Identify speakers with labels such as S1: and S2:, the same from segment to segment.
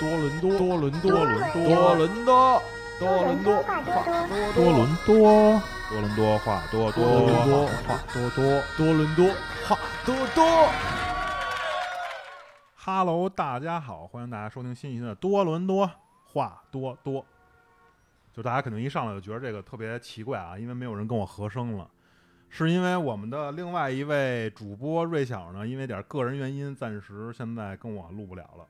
S1: 多伦多，多伦多，多伦多，多伦多，多伦多，话多多，多伦多，
S2: 多伦多话多
S1: 多伦多
S2: 话多多，
S1: 多伦多，话多多。
S2: 哈喽，大家好，欢迎大家收听新一期的多伦多话多多。就大家可能一上来就觉得这个特别奇怪啊，因为没有人跟我和声了，是因为我们的另外一位主播瑞晓呢，因为点个人原因，暂时现在跟我录不了了。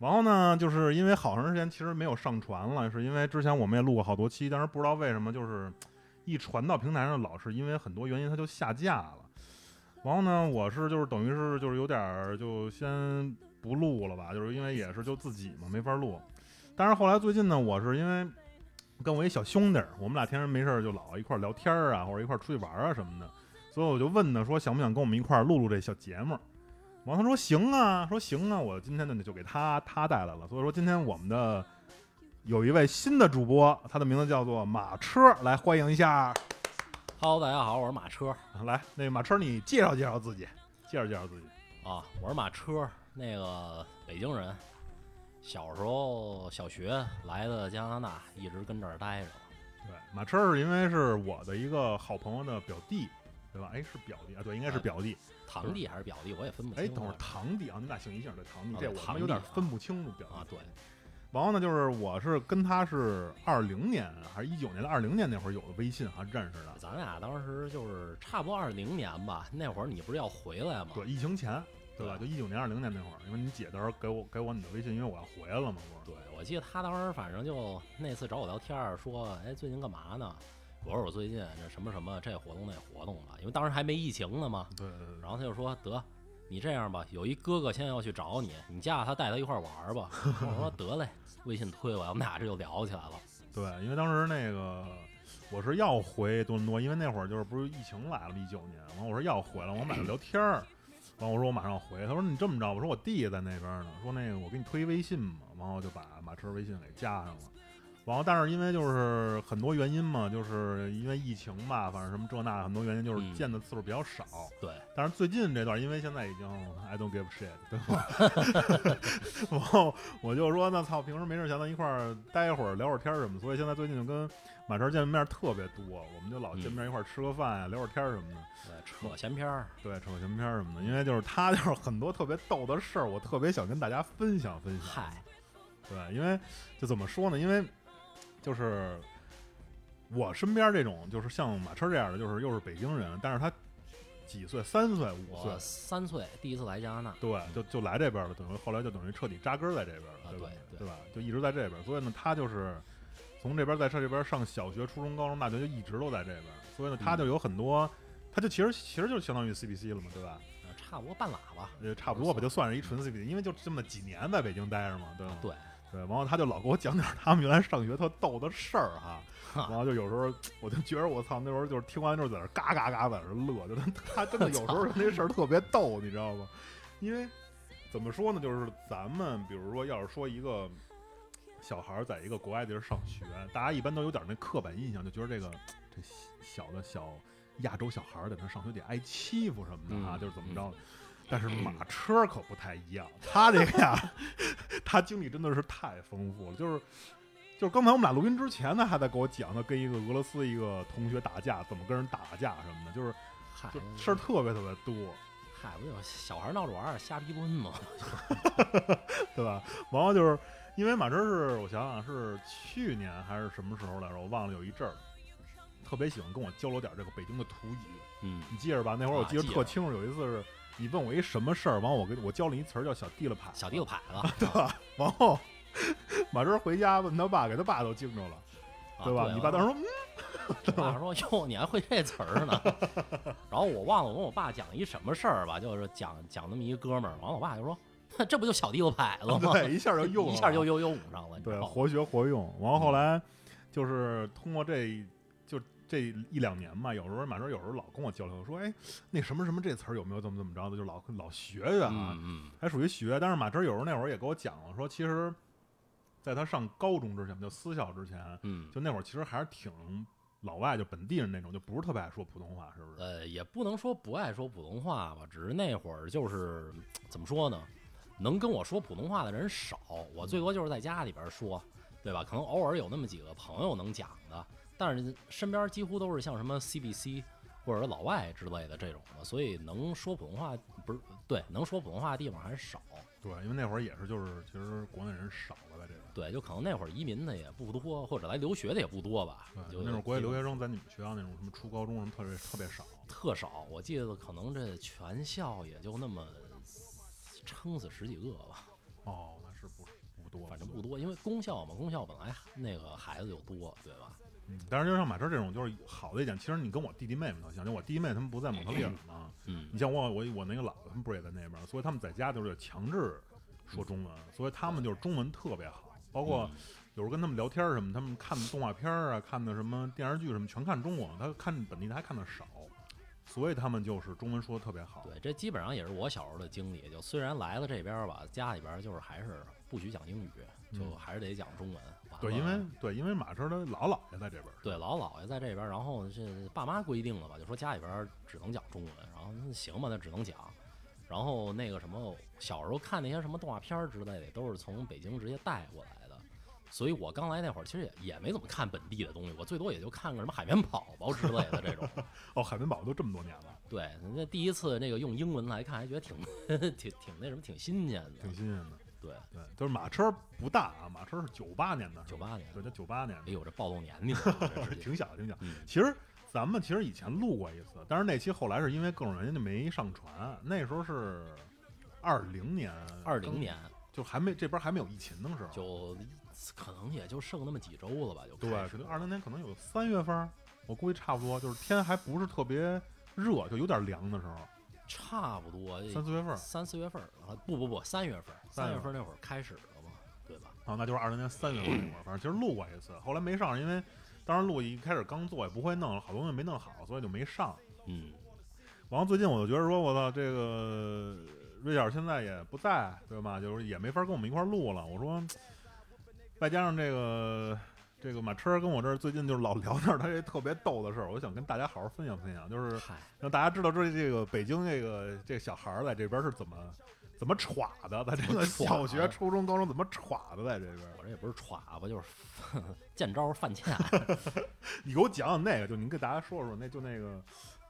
S2: 然后呢，就是因为好长时间其实没有上传了，是因为之前我们也录过好多期，但是不知道为什么就是一传到平台上，老是因为很多原因它就下架了。然后呢，我是就是等于是就是有点儿就先不录了吧，就是因为也是就自己嘛没法录。但是后来最近呢，我是因为跟我一小兄弟儿，我们俩天天没事儿就老一块儿聊天儿啊，或者一块儿出去玩儿啊什么的，所以我就问他说想不想跟我们一块儿录录这小节目。然后他说行啊，说行啊，我今天呢就给他他带来了，所以说今天我们的有一位新的主播，他的名字叫做马车，来欢迎一下。
S3: Hello，大家好，我是马车
S2: 来，那个马车你介绍介绍自己，介绍介绍自己。
S3: 啊，我是马车，那个北京人，小时候小学来的加拿大，一直跟这儿待着。
S2: 对，马车是因为是我的一个好朋友的表弟，对吧？哎，是表弟啊，对，应该是表弟。
S3: 堂弟还是表弟，我也分不清
S2: 哎，
S3: 了。
S2: 等会儿堂弟啊，你们俩姓一姓，对，堂弟，
S3: 啊
S2: 这
S3: 对
S2: 我他妈
S3: 堂弟
S2: 有点
S3: 啊
S2: 分不清楚表弟
S3: 啊，对，
S2: 然后呢，就是我是跟他是二零年还是一九年的二零年那会儿有的微信还认识的，
S3: 咱俩当时就是差不多二零年吧，那会儿你不是要回来吗？
S2: 对，疫情前，对吧？就
S3: 对
S2: 一九年二零年那会儿，因为你姐到时候给我给我你的微信，因为我要回来了嘛，不是？
S3: 对，我记得他当时反正就那次找我聊天儿，说，哎，最近干嘛呢？我说我最近这什么什么这活动那活动吧，因为当时还没疫情呢嘛。
S2: 对对对对。
S3: 然后他就说得，你这样吧，有一哥哥现在要去找你，你架他带他一块儿玩儿吧。我说得嘞，微信推我，我们俩这就聊起来了。
S2: 对，因为当时那个我是要回多伦多，因为那会儿就是不是疫情来了，一九年，完我说要回来，我们俩就聊天儿，完我说我马上回，他说你这么着，我说我弟在那边呢，说那个我给你推微信嘛，然后就把马车微信给加上了。然后，但是因为就是很多原因嘛，就是因为疫情吧，反正什么这那很多原因，就是
S3: 嗯
S2: 见的次数比较少。
S3: 对，
S2: 但是最近这段，因为现在已经 I don't give a shit，对吧？然后我就说，那操，平时没事儿闲咱一块儿待会儿聊会儿天儿什么，所以现在最近就跟马哲见面特别多，我们就老见面一块儿吃个饭呀、啊聊会儿天儿什么的，
S3: 呃扯闲篇儿，
S2: 对，扯个闲篇儿什么的。因为就是他就是很多特别逗的事儿，我特别想跟大家分享分享。
S3: 嗨，
S2: 对，因为就怎么说呢？因为就是我身边这种就是像马车这样的，就是又是北京人，但是他几岁？三岁、五岁
S3: 嗯我？三岁第一次来加拿大，
S2: 对，就就来这边了，等于后来就等于彻底扎根在这边了，
S3: 啊
S2: 对吧
S3: 对对
S2: 吧？就一直在这边，所以呢，他就是从这边在这边上小学、初中、高中、大学，就一直都在这边，所以呢，
S3: 嗯
S2: 他就有很多，他就其实其实就相当于 CBC 了嘛，对吧？
S3: 呃差不多半喇叭。
S2: 呃，差不多吧，
S3: 没错
S2: 就算是一纯 CBC，因为就这么几年在北京待着嘛，对吧？
S3: 对，
S2: 对，然后他就老给我讲点儿他们原来上学特逗的事儿哈，
S3: 哈
S2: 然后就有时候我就觉得我操，那时候就是听完之后在那儿嘎嘎嘎在那儿乐，就他他真的有时候那事儿特别逗，你知道吗？因为怎么说呢，就是咱们比如说要是说一个小孩儿在一个国外地儿上学，大家一般都有点那刻板印象，就觉得这个这小的小亚洲小孩儿在那上学得挨欺负什么的啊，
S3: 嗯
S2: 就是怎么着。但是马 车可不太一样，他这个呀，他经历真的是太丰富了，就是。就是刚才我们俩录音之前呢，还在给我讲他跟一个俄罗斯一个同学打架，怎么跟人打架什么的，就是
S3: 嗨
S2: 就，事儿特别特别多，
S3: 嗨，不就是小孩闹着玩儿，瞎逼婚嘛。
S2: 对吧？然后就是因为马哲是我想想是去年还是什么时候来着，我忘了有一阵儿，特别喜欢跟我交流点这个北京的土语，
S3: 嗯，
S2: 你记着吧？那会儿我
S3: 啊
S2: 记得
S3: 记着
S2: 特清楚，有一次是你问我一什么事儿，完我给我教了一词儿叫小地了牌，
S3: 小地头牌 子，
S2: 然后马哲回家问他爸，给他爸都惊着了，
S3: 啊
S2: 对吧？你爸当时说，嗯，
S3: 我爸说：“哟，你还会这词儿呢？” 然后我忘了我跟我爸讲一什么事儿吧，就是讲讲那么一哥们儿，完了我爸就说：“这不就小地头牌 子吗？”
S2: 嗯对，一下就用了，啊
S3: 一下就又又舞上了，你知
S2: 对，
S3: 道吗
S2: 活学活用。然后
S3: 嗯
S2: 后来就是通过这就这一两年吧，有时候马哲有时候老跟我交流说，哎，那什么什么这词儿有没有怎么怎么着的，就老老学学啊，
S3: 嗯
S2: 还属于学。但是马哲有时候那会儿也给我讲了，说其实在他上高中之前，就私校之前，
S3: 嗯嗯，
S2: 就那会儿其实还是挺老外，就本地人那种，就不是特别爱说普通话，是不是？
S3: 呃，也不能说不爱说普通话吧，只是那会儿就是怎么说呢，能跟我说普通话的人少，我最多就是在家里边说，对吧？可能偶尔有那么几个朋友能讲的，但是身边几乎都是像什么 CBC 或者老外之类的这种的，所以能说普通话不是对能说普通话的地方还是少。
S2: 对，因为那会儿也是就是其实国内人少了吧这个。
S3: 对，就可能那会儿移民的也不多，或者来留学的也不多吧。就
S2: 对，那种国际留学生在你们学校那种什么初高中什么特别特别少，
S3: 特少，我记得可能这全校也就那么撑死十几个吧，
S2: 哦，那是不不多，
S3: 反正不。多，因为公校嘛，公校本来那个孩子就多，对吧？
S2: 嗯，但是就像马车这种，就是好的一点，其实你跟我弟弟妹妹都像，就我弟弟妹妹他们不在蒙特利尔 嘛，
S3: 嗯
S2: 你，像我我我那个姥姥他们不是也在那边儿，所以他们在家就是强制说中文，所以他们就是中文特别好，包括
S3: 嗯
S2: 有时候跟他们聊天儿什么，他们看的动画片儿啊，看的什么电视剧什么，全看中文，他看本地的还看的少，所以他们就是中文说的特别好。
S3: 对，这基本上也是我小时候的经历。就虽然来了这边儿吧，家里边儿就是还是不许讲英语，就
S2: 嗯
S3: 还是得讲中文。完
S2: 对，
S3: 了
S2: 因为对，因为马车的老姥爷在这边儿，
S3: 对老姥爷在这边儿，然后这爸妈规定了吧，就说家里边儿只能讲中文，然后那行吧，那只能讲。然后那个什么，小时候看那些什么动画片儿之类的，都是从北京直接带过来的。所以我刚来那会儿，其实也也没怎么看本地的东西，我最多也就看个什么海绵宝宝之类的这种。
S2: 哦，海绵宝宝都这么多年了，
S3: 对，人家第一次那个用英文来看，还觉得挺 挺挺那什么，挺新鲜的。
S2: 挺新鲜的。
S3: 对，
S2: 对，就是马车不大啊，马车是九八年的，是吧
S3: 98年
S2: 对，他九八年的
S3: 哎，呦，这暴露年龄了，这直接
S2: 挺小挺小
S3: 嗯。
S2: 其实咱们其实以前录过一次，但是那期后来是因为各种原因就没上传。那时候是二零年，
S3: 二零年
S2: 就还没这边还没有疫情的时候，
S3: 就可能也就剩那么几周了吧，就
S2: 对，
S3: 开
S2: 可
S3: 始
S2: 能二零年可能有三月份，我估计差不多就是天还不是特别热，就有点凉的时候，
S3: 差不多
S2: 三四月份。
S3: 三四月份儿啊，不不不，三月份儿，
S2: 三
S3: 三
S2: 月份
S3: 月份儿那会儿开始了嘛，对吧？
S2: 啊，那就是二零年三月份那会儿，反正其实录过一次，后来没上，因为当时录一开始刚做也不会弄，好多东西没弄好，所以就没上。
S3: 嗯，
S2: 然后最近我就觉得说，我操，这个瑞角现在也不在，对吧？就是也没法跟我们一块儿录了。我说，外加上这个这个马车跟我这儿最近就是老聊点儿他这特别逗的事儿，我想跟大家好好分享分享，就是
S3: 嗯嗨，
S2: 让大家知道这这个北京这个这个小孩儿在这边是怎么怎么耍的，在这个
S3: 怎么耍
S2: 小
S3: 的
S2: 学、初中、高中怎么耍的，在这边。
S3: 我这也不是耍吧，就是 见招儿犯啊欠。
S2: 你给我讲讲那个，就您给大家说说，那就那个，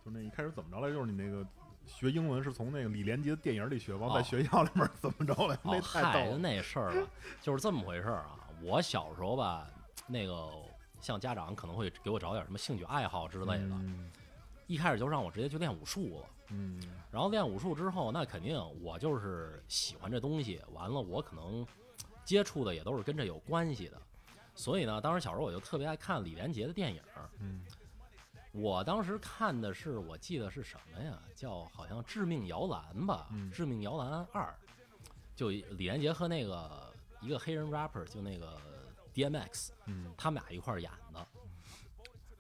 S2: 就那一开始怎么着来，就是你那个学英文是从那个李连杰的电影里学，完在
S3: 哦
S2: 学校里面怎么着来，那
S3: 哦，
S2: 太
S3: 嗨
S2: 逗，了。
S3: 那事儿吧，就是这么回事儿啊。我小时候吧，那个像家长可能会给我找点什么兴趣爱好之类的，
S2: 嗯
S3: 一开始就让我直接去练武术了。
S2: 嗯，
S3: 然后练武术之后，那肯定我就是喜欢这东西。完了，我可能接触的也都是跟这有关系的。所以呢，当时小时候我就特别爱看李连杰的电影。
S2: 嗯，
S3: 我当时看的是，我记得是什么呀？叫好像《致命摇篮》吧，
S2: 嗯
S3: 致命摇篮二》。就李连杰和那个一个黑人 rapper，就那个 DMX，
S2: 嗯，
S3: 他们俩一块儿演的。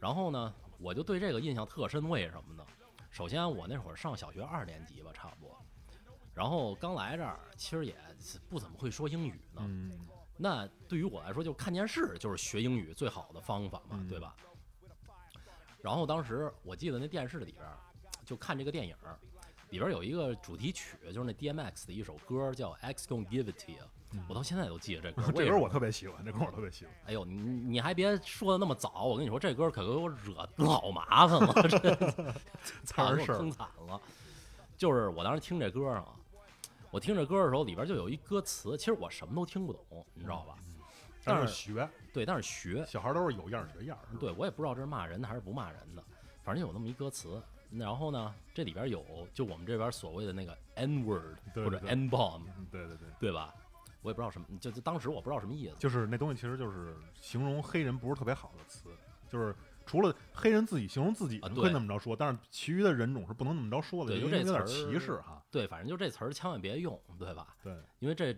S3: 然后呢，我就对这个印象特深，为什么呢？首先，我那会儿上小学二年级吧，差不多。然后刚来这儿，其实也不怎么会说英语呢。
S2: 嗯，
S3: 那对于我来说，就看电视就是学英语最好的方法嘛，
S2: 嗯。
S3: 对吧？然后当时我记得那电视里边儿就看这个电影儿，里边儿有一个主题曲，就是那 DMX 的一首歌叫《X Gon' Give It To You》，我到现在都记得这歌
S2: 嗯 这
S3: 为
S2: 歌
S3: 什么
S2: 我特别喜欢，这歌我特别喜欢。
S3: 哎呦，你你还别说的那么早，我跟你说，这歌可给我惹老麻烦了，这 惨了，
S2: 事儿
S3: 坑惨了。就是我当时听这歌啊，我听这歌的时候，里边就有一歌词，其实我什么都听不懂，你知道吧？
S2: 嗯
S3: 但
S2: 但
S3: 是
S2: 是学
S3: 对，但是学，
S2: 小孩都是有样儿学样儿，是吧，
S3: 对我也不知道这是骂人的还是不骂人的，反正有那么一歌词。然后呢，这里边有就我们这边所谓的那个 N word
S2: 对
S3: 或者
S2: 对
S3: N bomb，
S2: 嗯对对对，
S3: 对吧？我也不知道什么，就就当时我不知道什么意思。
S2: 就是那东西其实就是形容黑人不是特别好的词，就是。除了黑人自己形容自己
S3: 啊
S2: 可以
S3: 对
S2: 那么着说，但是其余的人种是不能那么着说的，
S3: 对
S2: 因
S3: 因
S2: 为有
S3: 为这
S2: 点
S3: 词儿
S2: 歧视哈。
S3: 对，反正就这词儿千万别用，对吧？
S2: 对，
S3: 因为这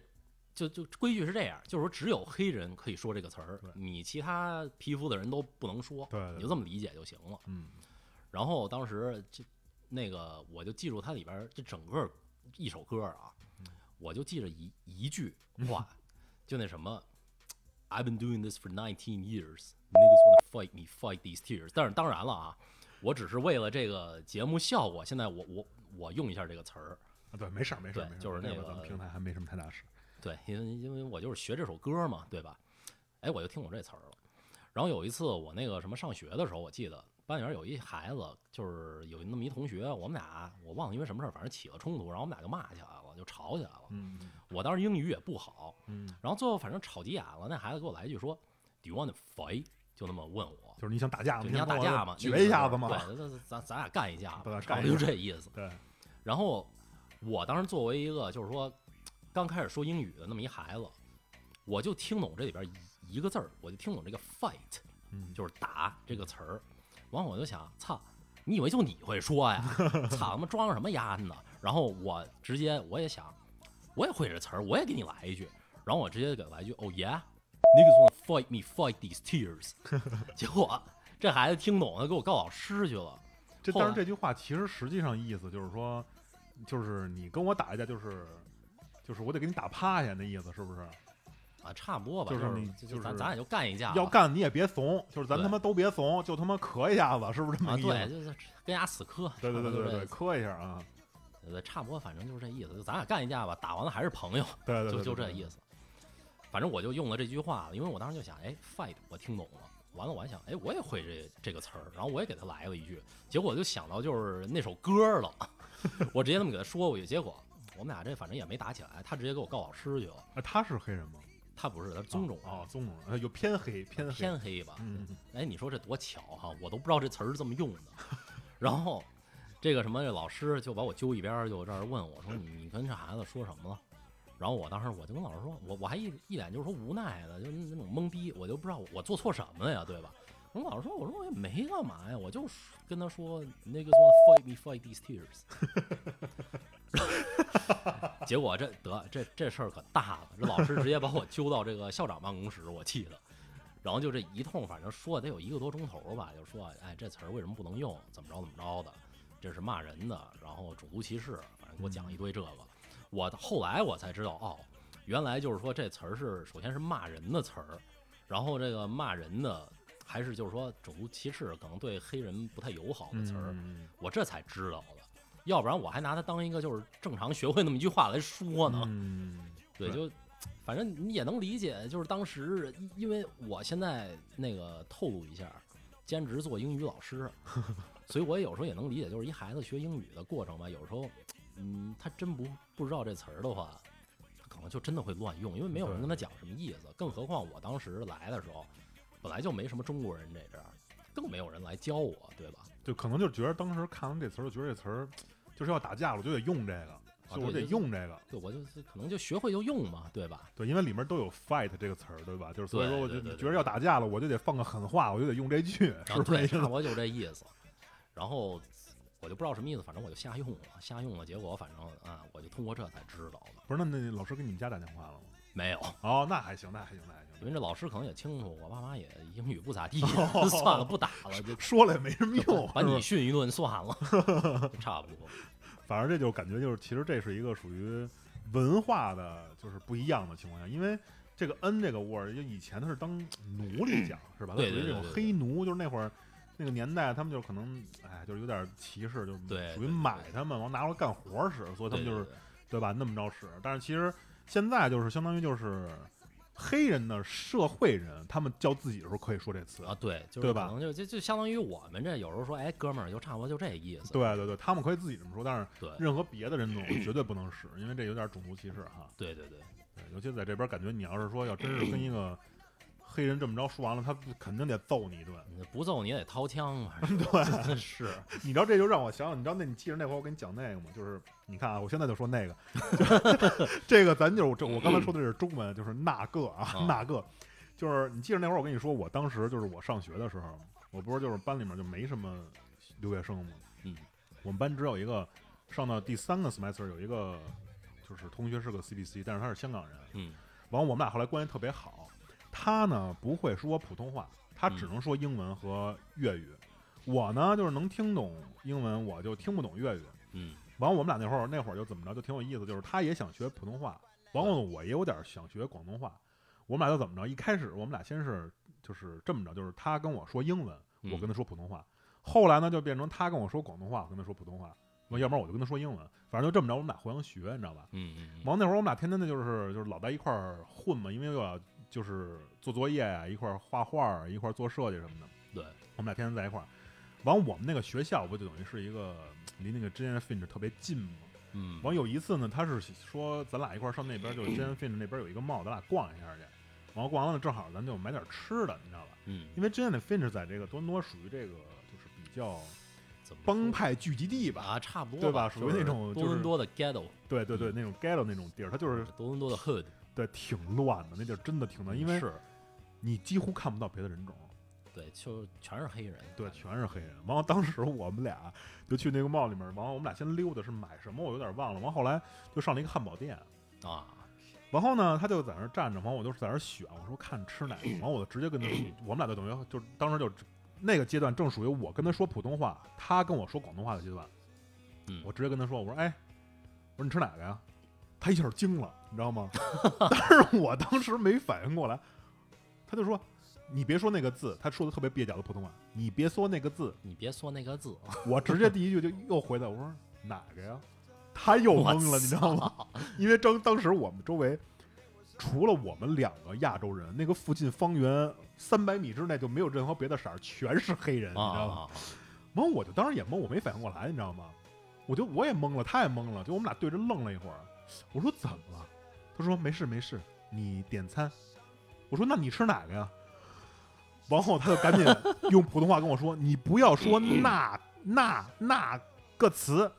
S3: 就就规矩是这样，就是说只有黑人可以说这个词儿
S2: 对，
S3: 你其他皮肤的人都不能说，
S2: 对对对
S3: 你就这么理解就行了。
S2: 嗯，
S3: 然后当时这那个我就记住它里边儿这整个一首歌啊，我就记着一一句话，就那什么，I've been doing this for nineteen years, niggas wanna fight me, fight these tears。但是当然了啊，我只是为了这个节目效果，现在我我我用一下这个词儿，
S2: 啊，对，没事儿，没事儿，
S3: 对
S2: 没事儿，
S3: 就是
S2: 那
S3: 那
S2: 会儿
S3: 个
S2: 咱们平台还没什么太大事。
S3: 对，因为因为我就是学这首歌嘛，对吧？哎，我就听我这词儿了。然后有一次我那个什么上学的时候，我记得班里边有一孩子，就是有那么一同学，我们俩我忘了因为什么事儿，反正起了冲突，然后我们俩就骂起来了，就吵起来了。
S2: 嗯
S3: 我当时英语也不好，
S2: 嗯，
S3: 然后最后反正吵急眼了，那孩子给我来一句说：“Do you want to fight？” 就那么问我，
S2: 就是你想打架吗？
S3: 就你想打架吗？
S2: 你想跟我决一下子
S3: 嘛，
S2: 嘛。
S3: 对，咱咱咱俩干一架吧，
S2: 咱俩
S3: 差
S2: 干
S3: 不
S2: 一
S3: 多
S2: 架
S3: 就这意思。
S2: 对，
S3: 然后我当时作为一个就是说刚开始说英语的那么一孩子，我就听懂这里边一一个字儿，我就听懂这个 fight
S2: 嗯，
S3: 就是打这个词儿。完我就想，操，你以为就你会说呀？ 操他妈装什么丫呢？然后我直接我也想，我也会这词儿，我也给你来一句。然后我直接给来一句，Oh yeah。Niggas wanna fight me, fight these tears。结 果这孩子听懂了，给我告老师去了。
S2: 这
S3: 后
S2: 但是
S3: 来
S2: 这句话其实实际上意思就是说，就是你跟我打一架，就是就是我得给你打趴下，那意思是不是？
S3: 啊，差不多吧，
S2: 就
S3: 就是
S2: 你
S3: 就
S2: 就是
S3: 咱咱俩就干一架吧，
S2: 要干你也别怂，就是咱
S3: 对
S2: 他妈都别怂，就他妈磕 一下子，是不是这
S3: 啊，
S2: 么意思？
S3: 对，就是跟俩死磕，
S2: 对对对对对，
S3: 差
S2: 磕一下啊，
S3: 不多这对，差不多，反正就是这意思，就咱俩干一架吧，打完了还是朋友，
S2: 对对对，
S3: 就就
S2: 对
S3: 这意。思。反正我就用了这句话，因为我当时就想，哎，fight，我听懂了。完了，我还想，哎，我也会这这个词儿，然后我也给他来了一句，结果就想到就是那首歌了， 我直接这么给他说过去，结果我们俩这反正也没打起来，他直接给我告老师去了。
S2: 啊，他是黑人吗？
S3: 他不是，他是棕种人
S2: 啊，哦棕种人呃有偏黑偏黑，
S3: 偏黑吧？
S2: 嗯，
S3: 哎，你说这多巧哈、我都不知道这词儿是这么用的。 然后这个什么这老师就把我揪一边儿，就这儿问我说你：“你跟这孩子说什么了？”然后我当时我就跟老师说，我我还一一脸就是说无奈的，就是那种懵逼，我就不知道我我做错什么了呀，对吧？然后老师说，我说我也没干嘛呀，我就是跟他说那个什么 fight me fight these tears。结果这得这这事儿可大了，这老师直接把我揪到这个校长办公室，我记得，然后就这一通，反正说得有一个多钟头吧，就说哎这词儿为什么不能用，怎么着怎么着的，这是骂人的，然后种族歧视，反正给我讲一堆这个。我后来我才知道，哦，原来就是说这词儿是首先是骂人的词儿，然后这个骂人的还是就是说种族歧视，可能对黑人不太友好的词儿，
S2: 嗯
S3: 我这才知道的。要不然我还拿它当一个就是正常学会那么一句话来说呢。
S2: 嗯，
S3: 对，
S2: 对
S3: 就反正你也能理解，就是当时因因为我现在那个透露一下，兼职做英语老 师，所以我有时候也能理解，就是一孩子学英语的过程吧，有时候，嗯，他真不不知道这词儿的话，他可能就真的会乱用，因为没有人
S2: 对
S3: 跟他讲什么意思。更何况我当时来的时候，本来就没什么中国人这阵儿，更没有人来教我，对吧？
S2: 就可能就觉得当时看完这词儿，就觉得这词儿就是要打架了，我就得用这个，所以我得
S3: 对就是
S2: 用这个。
S3: 对，我就是可能就学会就用嘛，对吧？
S2: 对，因为里面都有 fight 这个词儿，对吧？就是所以说，我
S3: 对
S2: 就
S3: 对对对
S2: 觉得要打架了，我就得放个狠话，我就得用这句，
S3: 啊，
S2: 是不
S3: 对，
S2: 是这
S3: 差不
S2: 个？
S3: 多就这意思。然后我就不知道什么意思，反正我就瞎用了，瞎用了，结果反正啊，我就通过这才知道的。
S2: 不是，那那老师给你们家打电话了吗？
S3: 没有，
S2: 哦，那还行，那还行，那还
S3: 因为
S2: 行。
S3: 这老师可能也清楚，我爸妈也英语不咋地，算了，不打了，就
S2: 说了也没什么用，哦
S3: 把
S2: 是
S3: 你
S2: 吧
S3: 训一顿算了， 差不多。
S2: 反正这就感觉就是，其实这是一个属于文化的，就是不一样的情况下，因为这个 “n” 这个 word，就以前它是当奴隶讲，是吧？它属于
S3: 对对对
S2: 这种
S3: 对对
S2: 黑奴，就是那会儿那个年代，他们就可能哎，就是有点歧视，就
S3: 对
S2: 属于
S3: 对对
S2: 买他们，完拿出来干活使，所以他
S3: 对
S2: 们就是
S3: 对对
S2: 对吧？那么着使。但是其实现在就是相当于就是黑人的社会人，他们叫自己的时候可以说这词，
S3: 啊，对，就是
S2: 对
S3: 可
S2: 吧
S3: 能就就就相当于我们这有时候说，哎，哥们儿，就差不多就这意思。
S2: 对对对，他们可以自己这么说，但是
S3: 对
S2: 任何别的人种绝对不能使，因为这有点种族歧视哈。
S3: 对对对，
S2: 对尤其在这边，感觉你要是说要真是跟一个黑人这么着说完了，他肯定得揍你一顿。
S3: 你不揍你也得掏枪 嘛。对， 是
S2: 你知道这就让我想想，你知道那你记着那会儿我跟你讲那个吗？就是你看啊，我现在就说那个， 就这个咱就是这我刚才说的是中文，就是那个啊
S3: 啊
S2: 那个，就是你记着那会儿我跟你说，我当时就是我上学的时候，我不是就是班里面就没什么留学生吗？
S3: 嗯，
S2: 我们班只有一个上到第三个 semester 有一个就是同学是个 CBC，但是他是香港人，
S3: 嗯，
S2: 完我们俩后来关系特别好，他呢不会说普通话，他只能说英文和粤语。我呢就是能听懂英文，我就听不懂粤语。
S3: 嗯，
S2: 完我们俩那会儿那会儿就怎么着就挺有意思，就是他也想学普通话，完后呢我也有点想学广东话。我们俩就怎么着？一开始我们俩先是就是这么着，就是他跟我说英文，
S3: 嗯
S2: 我跟他说普通话。后来呢就变成他跟我说广东话，我跟他说普通话。我要不然我就跟他说英文，反正就这么着，我们俩互相学，你知道吧？
S3: 嗯嗯嗯，
S2: 完那会儿我们俩天天的就是就是老在一块儿混嘛，因为又要就是做作业呀、一块儿画画儿，啊一块儿做设计什么的。
S3: 对，
S2: 我们俩天天在一块儿。完，我们那个学校不就等于是一个离那个 Jane Finch 特别近嘛？
S3: 嗯，
S2: 完有一次呢，他是说咱俩一块儿上那边，就是 Jane Finch 那边有一个 mall，咱俩逛一下去。完逛完了，正好咱就买点吃的，你知道吧？
S3: 嗯，
S2: 因为 Jane Finch 在这个多伦多属于这个就是比较
S3: 怎么说
S2: 帮派聚集地吧，
S3: 啊，差不多
S2: 对
S3: 吧，
S2: 吧属于
S3: 就是
S2: 那种
S3: 多
S2: 就
S3: 伦
S2: 是
S3: 多的 ghetto，
S2: 对对对，那种 ghetto 那种地儿，它就是
S3: 多伦多的 hood，
S2: 对挺乱的，那地儿真的挺乱，因为
S3: 是
S2: 你几乎看不到别的人种，
S3: 对，就全是黑人，
S2: 对，全是黑人。完了，当时我们俩就去那个 mall 里面，完了我们俩先溜达是买什么，我有点忘了。完后来就上了一个汉堡店，
S3: 啊，
S2: 然后呢，他就在那儿站着，完我就在那儿选，我说看吃 哪个，完我就直接跟他说，我们俩就等于就是当时就那个阶段正属于我跟他说普通话，他跟我说广东话的阶段，
S3: 嗯
S2: 我直接跟他说，我说哎，我说你吃哪个呀？他一下惊了，你知道 吗？但是我当时没反应过来，他就说你别说那个字，他说的特别蹩脚的普通话，你别说那个字，
S3: 你别说那个字，
S2: 我直接第一句就又回答我说哪个呀？他又
S3: 我
S2: 懵了，你知道吗？
S3: 操？
S2: 因为当当时我们周围除了我们两个亚洲人，那个附近方圆三百米之内就没有任何别的色儿，全是黑人，你知
S3: 啊
S2: 道
S3: 啊
S2: 吗？
S3: 啊，
S2: 懵、我就当时也懵，我没反应过来，你知道吗？我就我也懵了，他也懵了，就我们俩对着愣了一会儿。我说怎么了？他说没事没事，你点餐。我说那你吃哪个呀？然后他就赶 紧用普通话跟我说：“你不要说
S3: 嗯
S2: 那那那个词。”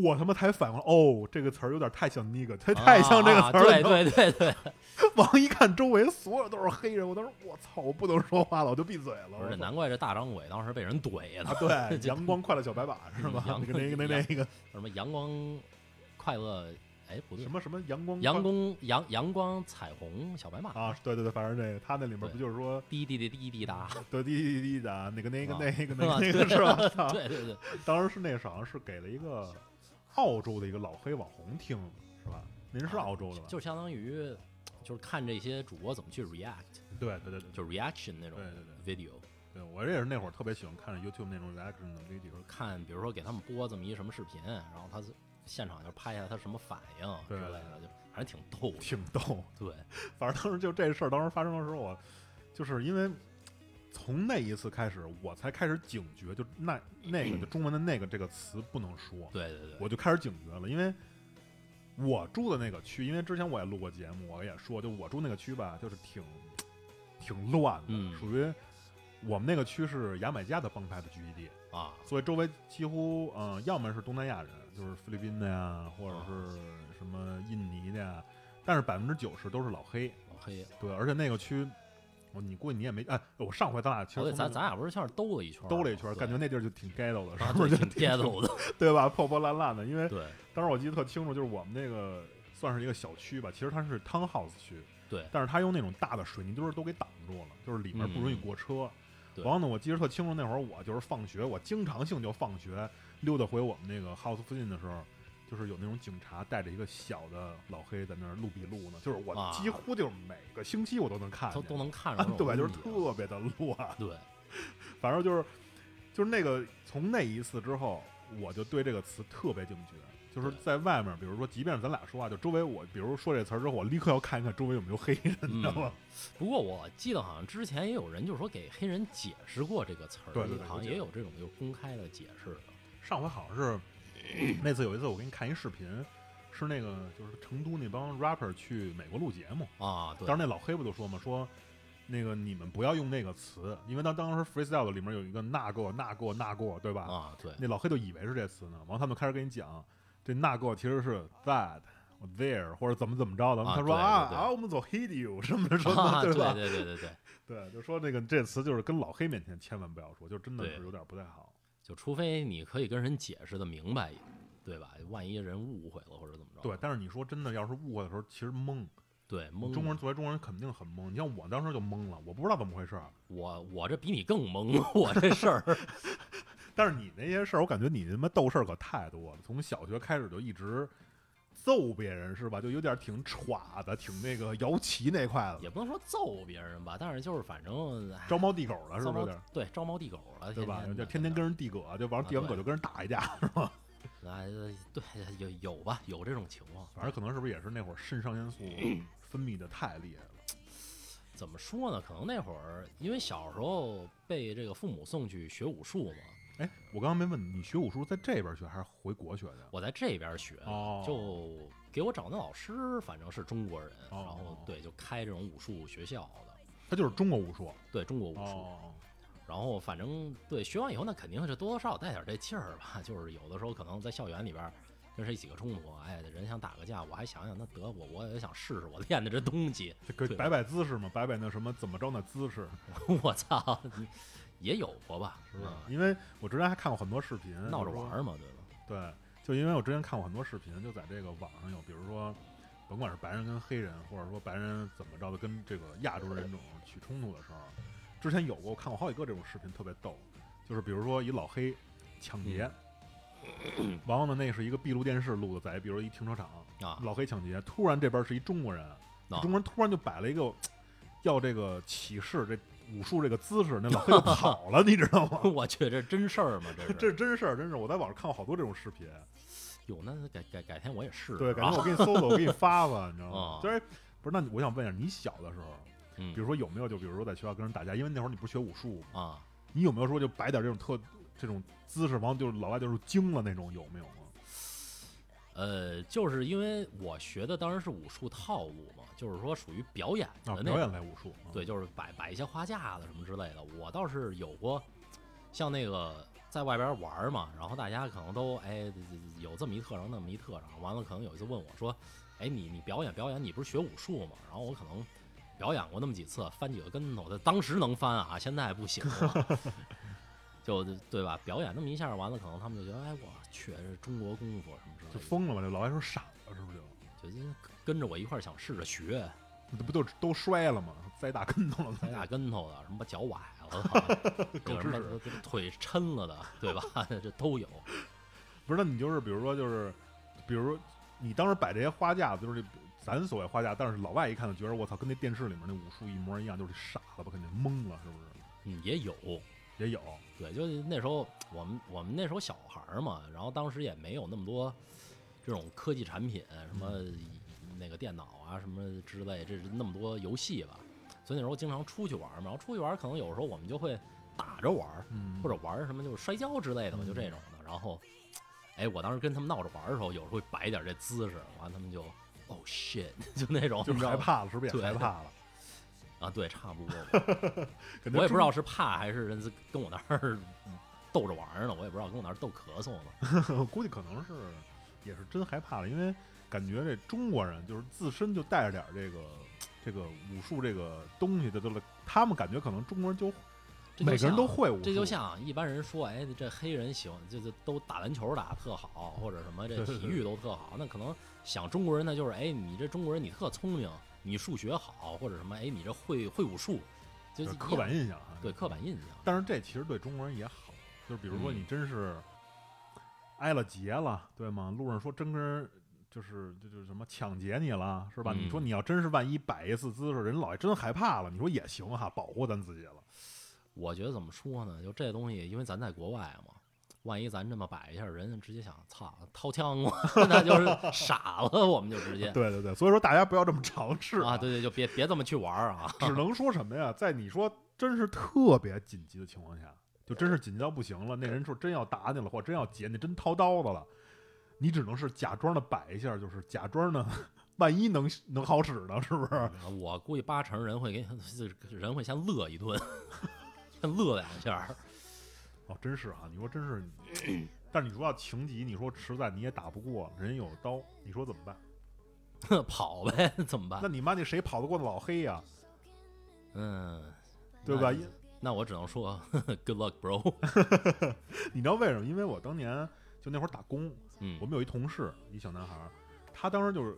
S2: 我他妈才反应过来，哦，这个词儿有点太像 nigger，它太像这个词儿了。
S3: 啊对对对对，
S2: 王一看周围所有都是黑人，我当时我操，我不能说话了，我就闭嘴了。
S3: 不
S2: 我操
S3: 是，难怪这大张伟当时被人怼
S2: 啊
S3: 的，，
S2: 对，
S3: 这
S2: 阳光快乐小白马是吧？
S3: 嗯阳
S2: 那个那个那
S3: 阳
S2: 那个
S3: 什么阳光快乐，哎，不对
S2: 什，么什么阳光
S3: 阳光阳阳光彩虹小白马，
S2: 啊，对对对，反正这个他那里面不就是说
S3: 滴滴滴滴滴答，
S2: 得滴滴滴滴的那个那个
S3: 啊
S2: 那个那
S3: 啊
S2: 个那
S3: 对
S2: 个 是吧？操
S3: 对对对，
S2: 当时是那好像是给了一个澳洲的一个老黑网红听是吧？您是
S3: 啊
S2: 澳洲的吧？
S3: 就相当于就是看这些主播怎么去 react，
S2: 对对对对
S3: 就 reaction 那种
S2: 对对
S3: video，
S2: 对，我也是那会儿特别喜欢看 YouTube 那种 reaction 的 video，
S3: 看比如说给他们播这么一什么视频，然后他现场就拍下来他什么反应之
S2: 对
S3: 类的，就反正挺逗的。
S2: 挺逗。
S3: 对，
S2: 反正当时就这事儿，当时发生的时候，我就是因为从那一次开始，我才开始警觉，就那那个就中文的那个这个词不能说，
S3: 对对对，
S2: 我就开始警觉了，因为。我住的那个区，因为之前我也录过节目，我也说，就我住那个区吧，就是挺挺乱的，
S3: 嗯
S2: 属于我们那个区是牙买加的帮派的聚集地，
S3: 啊，
S2: 所以周围几乎嗯、呃要么是东南亚人，就是菲律宾的呀，或者是什么印尼的呀，但是百分之九十都是老黑，
S3: 老黑，
S2: 对，而且那个区，我你估计你也没哎，我上回咱俩其
S3: 哦
S2: 实
S3: 对，
S2: 从
S3: 咱
S2: 那
S3: 咱俩不是像是兜了一圈儿吗，
S2: 兜了一圈，感觉
S3: 对
S2: 那地儿就挺 ghetto 的，
S3: 啊
S2: 是不是
S3: 对
S2: 就
S3: 挺 ghetto 的，
S2: 对吧？破破烂烂的，因为
S3: 对
S2: 当时我记得特清楚，就是我们那个算是一个小区吧，其实它是 townhouse 区，
S3: 对
S2: 但是它用那种大的水泥墩儿都给挡住了，就是里面不允许过车。
S3: 嗯对
S2: 然后呢，我记得特清楚，那会儿我就是放学，我经常性就放学溜达回我们那个 house 附近的时候，就是有那种警察带着一个小的老黑在那儿录笔录呢，就是我
S3: 啊
S2: 几乎就是每个星期我都能看
S3: 都
S2: 见，
S3: 都能看着那种
S2: 啊 对，
S3: 嗯
S2: 就是
S3: 东西
S2: 特别的乱，
S3: 对，
S2: 反正就是就是那个从那一次之后，我就对这个词特别警觉。就是
S3: 对
S2: 在外面，比如说，即便是咱俩说话，就周围我，比如说这词儿之后，我立刻要看一看周围有没有黑人， 你知道吗？
S3: 嗯不过我记得好像之前也有人就是说给黑人解释过这个词儿，
S2: 对对对
S3: 好
S2: 我
S3: 像
S2: 记
S3: 也
S2: 得
S3: 有这种就是公开的解释的。
S2: 上回好像是那次有一次，我给你看一视频，是那个就是成都那帮 rapper 去美国录节目，
S3: 啊，对
S2: 当时那老黑不就说嘛，说那个你们不要用那个词，因为当当时 freestyle 里面有一个那个那个那个，对吧？
S3: 啊， 对，
S2: 那老黑就以为是这词呢，完了他们开始跟你讲，这那个其实是 that there 或者怎么怎么着的，
S3: 啊
S2: 他说
S3: 对
S2: 啊
S3: 对对
S2: 啊，我们走 hit you 什么什
S3: 啊，
S2: 么 的，
S3: 对
S2: 吧？
S3: 对对对对，
S2: 对，就说这个这词就是跟老黑面前千万不要说，就真的是
S3: 对
S2: 有点不太好。
S3: 就除非你可以跟人解释的明白一点，对吧？万一人误会了或者怎么着，
S2: 对，但是你说真的，要是误会的时候，其实懵，
S3: 对，懵了。
S2: 中国人作为中国人肯定很懵。你像我当时就懵了，我不知道怎么回事儿。
S3: 我我这比你更懵， 我这事儿
S2: 但是你那些事儿，我感觉你他妈逗事儿可太多了，从小学开始就一直揍别人是吧？就有点挺耍的，挺那个摇旗那块的
S3: 也，不能说揍别人吧，但是就是反正哎
S2: 招猫递狗了是
S3: 糟
S2: 不是有
S3: 糕
S2: 点？
S3: 对招猫递狗了，
S2: 对吧？
S3: 天
S2: 就
S3: 的
S2: 天天跟人递葛，就完
S3: 啊
S2: 递完葛
S3: 对
S2: 就跟人打一架，
S3: 那啊，对，有有吧，有这种情况。
S2: 反正可能是不是也是那会儿肾上 腺素分泌的太厉害了，
S3: 怎么说呢？可能那会儿因为小时候被这个父母送去学武术嘛，
S2: 哎，我刚刚没问你，你学武术在这边学还是回国学的呀？
S3: 我在这边学的，
S2: 哦
S3: 就给我找那老师，反正是中国人，
S2: 哦
S3: 然后对，就开这种武术学校的，
S2: 他就是中国武术。
S3: 对中国武术。
S2: 哦，
S3: 然后反正对学完以后，那肯定是多多少少带点这劲儿吧。 就是有的时候可能在校园里边跟谁起个冲突，哎，人想打个架，我还想想，那得我我也想试试我练的这东西。
S2: 这个
S3: 对
S2: 摆摆姿势嘛，摆摆那什么怎么着那姿势，
S3: 我操，你也有过吧？
S2: 是吧？
S3: 嗯
S2: 因为我之前还看过很多视频，
S3: 闹
S2: 嗯就
S3: 着
S2: 是说
S3: 玩儿嘛，对吧？
S2: 对，就因为我之前看过很多视频，就在这个网上有，比如说，甭管是白人跟黑人，或者说白人怎么着的跟这个亚洲人种起冲突的时候，之前有过，我看过好几个这种视频，特别逗，就是比如说一老黑抢劫，完了呢，那是一个闭路电视录的，在比如一停车场，
S3: 嗯啊，
S2: 老黑抢劫，突然这边是一中国人，
S3: 啊
S2: 中国人突然就摆了一个要这个起势这武术这个姿势，那老 黑就跑了，你知道吗？
S3: 我去，这真事儿吗？这是
S2: 这是真事儿，真是我在网上看过好多这种视频。
S3: 有那改改改天我也试试。
S2: 对，改
S3: 啊
S2: 天我给你搜搜，我给你发发，你知道吗
S3: 啊？
S2: 就是不是？那你我想问一下，你小的时候，
S3: 嗯
S2: 比如说有没有就比如说在学校跟人打架，因为那会儿你不是学武术，
S3: 啊，
S2: 你有没有说就摆点这种特这种姿势，完了就是老外就是惊了那种，有没有啊？
S3: 呃，就是因为我学的当然是武术套路嘛，就是说属于表演
S2: 啊，
S3: 呃的那
S2: 表
S3: 种。
S2: 演类武术，啊
S3: 对，就是摆摆一些花架子什么之类的。我倒是有过，像那个在外边玩儿嘛，然后大家可能都哎有这么一特长，那么一特长，完了可能有一次问我说，哎你你表演表演，你不是学武术吗？然后我可能表演过那么几次，翻几个跟头，但当时能翻啊，现在不行了。 就对吧？表演那么一下，完了，可能他们就觉得，哎，我去，这是中国功夫什么之类
S2: 就
S3: 的，
S2: 疯了吧？这老外说傻了是不是就？
S3: 就就跟着我一块儿想试着学，
S2: 这不就都摔了吗？栽大跟头了，
S3: 摔大跟头的，什么把脚崴了的，
S2: 狗
S3: 有
S2: 吃
S3: 什么
S2: 屎
S3: 腿抻了的，对吧？ 这都有。
S2: 不是？那你就是比如说就是，比如说你当时摆这些花架，就是这咱所谓花架，但是老外一看就觉得我操，跟那电视里面那武术一模一样，就是傻了吧？肯定懵了，是不是？
S3: 嗯，也有，
S2: 也有，
S3: 对，就那时候我们我们那时候小孩儿嘛，然后当时也没有那么多这种科技产品，什么那个电脑啊什么之类，这是那么多游戏吧，所以那时候经常出去玩儿嘛，然后出去玩儿可能有时候我们就会打着玩儿，
S2: 嗯
S3: 或者玩儿什么就是摔跤之类的嘛，就这种的。然后，哎，我当时跟他们闹着玩儿的时候，有时候会摆一点这姿势，完他们就哦 shit，就那种
S2: 就是害
S3: 你知道吗
S2: 怕了，是不是也
S3: 对
S2: 害 怕了？
S3: 啊，对，差不多吧。
S2: 肯定
S3: 我也不知道
S2: 中
S3: 是怕还是跟我那儿 逗着玩儿呢，我也不知道跟我那儿逗咳嗽呢。
S2: 国，估计可能是也是真害怕了，因为感觉这中国人就是自身就带着点儿这个这个武术这个东西的，都是他们感觉可能中国人就
S3: 这就
S2: 每个人
S3: 像
S2: 都会武术，
S3: 这就像一般人说，哎，这黑人喜欢就就都打篮球打得特好，或者什么这
S2: 对对
S3: 体育都特好。那可能想中国人呢，就是哎，你这中国人你特聪明，你数学好，或者什么，哎，你这会会武术，就
S2: 就是
S3: 一
S2: 刻板
S3: 样
S2: 印象啊。
S3: 对刻板印象。
S2: 但是这其实对中国人也好，就是比如说
S3: 嗯
S2: 你真是挨了劫了，对吗？路上说真跟人就是就就是什么抢劫你了，是吧？
S3: 嗯
S2: 你说你要真是万一摆一次姿势，人老爷真害怕了，你说也行哈，保护咱自己了。
S3: 我觉得怎么说呢？就这东西，因为咱在国外嘛，万一咱这么摆一下，人家直接想操掏枪我， 那就是傻了，我们就直接
S2: 对对对，所以说大家不要这么尝试
S3: 啊，对对，就别别这么去玩儿啊。
S2: 只能说什么呀？在你说真是特别紧急的情况下，就真是紧急到不行了，那人说真要打你了，或者真要劫你，真掏刀子了，你只能是假装的摆一下，就是假装的，万一能能好使呢，是不是？
S3: 我估计八成人会给人会先乐一顿， 先乐两下儿。
S2: 哦，真是啊，你说真是， 但是你说要情急，你说实在你也打不过，人有刀，你说怎么办？
S3: 跑呗，怎么
S2: 那
S3: 办？
S2: 你妈那谁跑得过那老黑呀、
S3: 嗯，
S2: 对吧？
S3: 那
S2: 因
S3: 那我只能说 good luck, bro。
S2: 你知道为什么？因为我当年就那会儿打工，
S3: 嗯
S2: 我们有一同事，一小男孩儿，他当时就是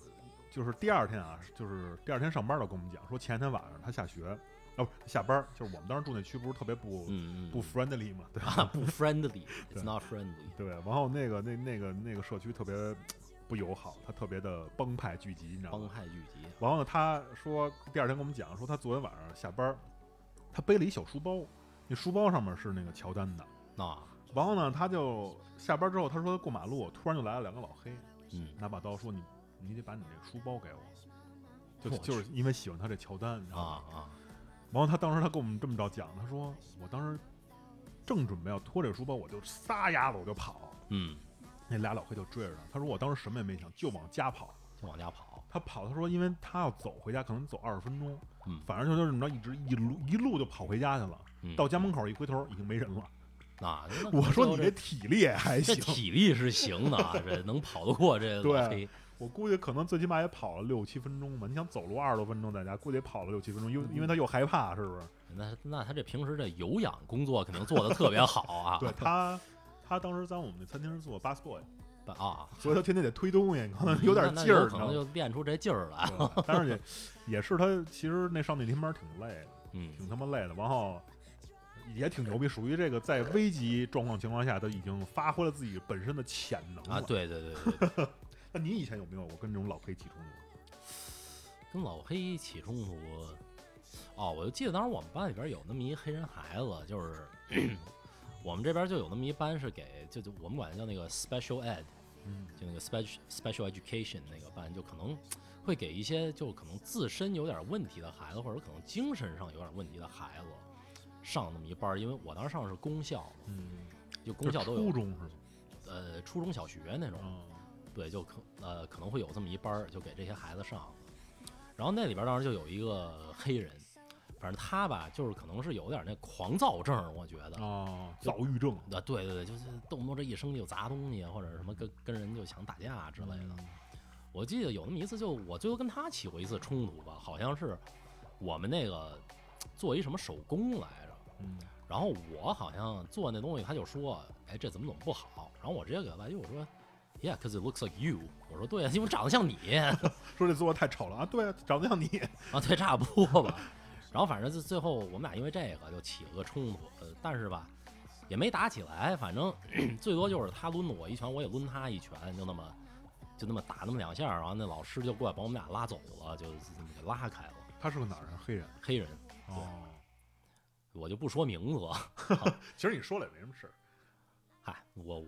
S2: 就是第二天啊，就是第二天上班了，跟我们讲说前一天晚上他下学，啊不下班儿，就是我们当时住那区不是特别不、
S3: 嗯嗯，
S2: 不 friendly 嘛，对吧？
S3: 啊不 friendly，it's
S2: 对
S3: not friendly。
S2: 对，然后那个那那个那个社区特别不友好，他特别的帮派聚集，你知道
S3: 帮
S2: 吗？
S3: 派聚集，
S2: 然后呢，他说第二天跟我们讲说他昨天晚上下班儿，他背了一小书包，那书包上面是那个乔丹的。
S3: 那
S2: 然后呢，他就下班之后，他说过马路，突然就来了两个老黑，
S3: 嗯，
S2: 拿把刀说你你得把你这书包给我，就
S3: 我去
S2: 就是因为喜欢他这乔丹，你知道
S3: 啊
S2: 吗？
S3: 啊，
S2: 然后他当时他跟我们这么着讲，他说我当时正准备要拖这个书包，我就撒丫子我就跑，
S3: 嗯，
S2: 那俩老黑就追着他，他说我当时什么也没想，就往家跑。
S3: 就往家跑，
S2: 他跑，他说因为他要走回家，可能走二十分钟，
S3: 嗯
S2: 反正就就这么着，一直一路一路就跑回家去了。
S3: 嗯
S2: 到家门口一回头，已经没人了。
S3: 啊，那
S2: 我说
S3: 最
S2: 你
S3: 后
S2: 这体力还
S3: 这
S2: 行，
S3: 体力是行 的啊，这能跑得过这
S2: 对啊
S3: 老黑，
S2: 我估计可能最起码也跑了六七分钟吧。你想走路二十多分钟在家，估计也跑了六七分钟，
S3: 嗯
S2: 因为因为他又害怕，是不是？
S3: 那那他这平时这有氧工作肯定做得特别好啊，
S2: 对他，他当时在我们那餐厅是做 bus boy，
S3: 但啊，
S2: 所以他天天得推东西，可能
S3: 嗯
S2: 有点
S3: 那那
S2: 劲儿，你
S3: 可
S2: 知道
S3: 能
S2: 吗
S3: 就练出这劲儿来，
S2: 对但是也也是他，其实那上那天班挺累的。
S3: 嗯
S2: 挺他妈累的，然后也挺牛逼，属于这个在危急状况情况下，他已经发挥了自己本身的潜能了。
S3: 啊，，对对对对对，
S2: 那你以前有没有我跟这种老黑起冲突？
S3: 跟老黑起冲突，哦，我就记得当时我们班里边有那么一黑人孩子，就是 我们这边就有那么一班是给就就我们管它叫那个 special ed，
S2: 嗯，
S3: 就那个 special special education 那个班，就可能会给一些就可能自身有点问题的孩子，或者可能精神上有点问题的孩子上那么一班儿。因为我当时上的是公校嘛，
S2: 嗯，
S3: 就公校都
S2: 初
S3: 有
S2: 中是吗？
S3: 呃初中小学那种，
S2: 嗯
S3: 对，就可呃可能会有这么一班儿，就给这些孩子上。然后那里边儿当时就有一个黑人，反正他吧，就是可能是有点那狂躁症儿，我觉得。
S2: 哦，躁郁症
S3: 啊，对对对，就是动不动这一生就砸东西，啊或者什么跟跟人就想打架之类的。我记得有那么一次，就我最后跟他起过一次冲突吧，好像是我们那个做一什么手工来着，
S2: 嗯，
S3: 然后我好像做那东西，他就说，哎，这怎么怎么不好，然后我直接给他来一句，我说，Yeah，cause it looks like you，我说对啊，因为长得像你
S2: 说这做的太丑了啊！对啊，长得像你，
S3: 啊，对，差不多吧。然后反正就最后我们俩因为这个就起了个冲突，呃，但是吧也没打起来，反正 最多就是他抡了我一拳，我也抡他一拳，就那么就那么打那么两下，然后那老师就过来把我们俩拉走了，就就这么给拉开了。
S2: 他是个哪儿人？黑人
S3: 黑人，
S2: 哦。
S3: 我就不说名字了，
S2: 其实你说了也没什么事儿，
S3: 嗨，我我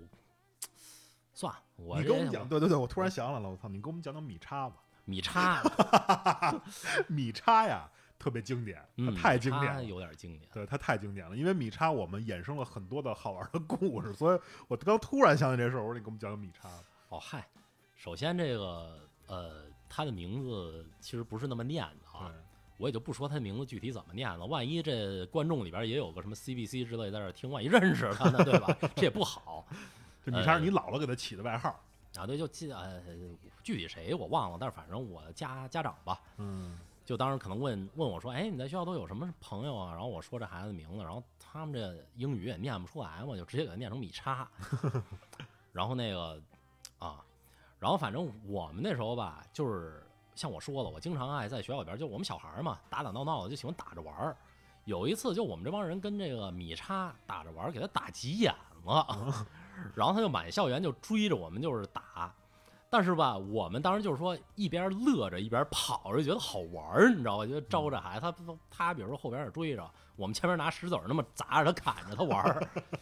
S3: 算了我
S2: 你
S3: 这
S2: 跟我们讲，对对对，我突然想起来了，我操，你给我们讲讲米叉吧，
S3: 米叉，
S2: 米叉呀，特别经典，它
S3: 嗯
S2: 太经典
S3: 米
S2: 了
S3: 叉，有点经典。
S2: 对，它太经典了，因为米叉我们衍生了很多的好玩的故事，所以我刚突然想起这事儿，我说你给我们讲讲米叉。
S3: 哦嗨，首先这个呃，他的名字其实不是那么念的啊，我也就不说他名字具体怎么念了，万一这观众里边也有个什么 CBC 之类在这儿听，万一认识他呢，对吧？这也不好
S2: 对，这米叉
S3: 呃
S2: 是你姥姥给他起的外号。
S3: 啊。对，就记得呃，具体谁我忘了，但是反正我家家长吧，
S2: 嗯，
S3: 就当时可能问问我说，哎，你在学校都有什么朋友啊？然后我说这孩子的名字，然后他们这英语也念不出来嘛，就直接给他念成米叉。 然后那个啊，然后反正我们那时候吧，就是像我说了，我经常爱在学校里边，就我们小孩儿嘛，打打闹闹的就喜欢打着玩儿。有一次，就我们这帮人跟这个米叉打着玩儿，给他打急眼了， 然后他就满校园就追着我们就是打。但是吧，我们当时就是说一边乐着一边跑着，觉得好玩儿，你知道吧？就招着孩子，他他比如说后边也追着，我们前面拿石子儿那么砸着他，砍着他玩儿，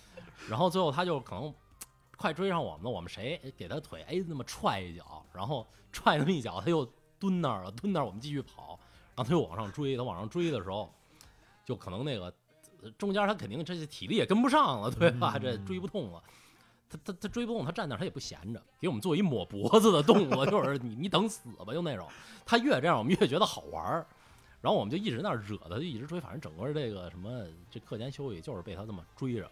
S3: 然后最后他就可能快追上我们了，我们谁给他腿哎那么踹一脚，然后踹那么一脚，他又蹲那儿了，蹲那儿我们继续跑，然后他又往上追，他往上追的时候，就可能那个呃中间他肯定这些体力也跟不上了，对吧？这追不动了。他他他追不动，他站那儿他也不闲着，给我们做一抹脖子的动作，就是 你你等死吧，就那种。他越这样，我们越觉得好玩儿，然后我们就一直在那儿惹他，就一直追，反正整个这个什么这课间休息就是被他这么追着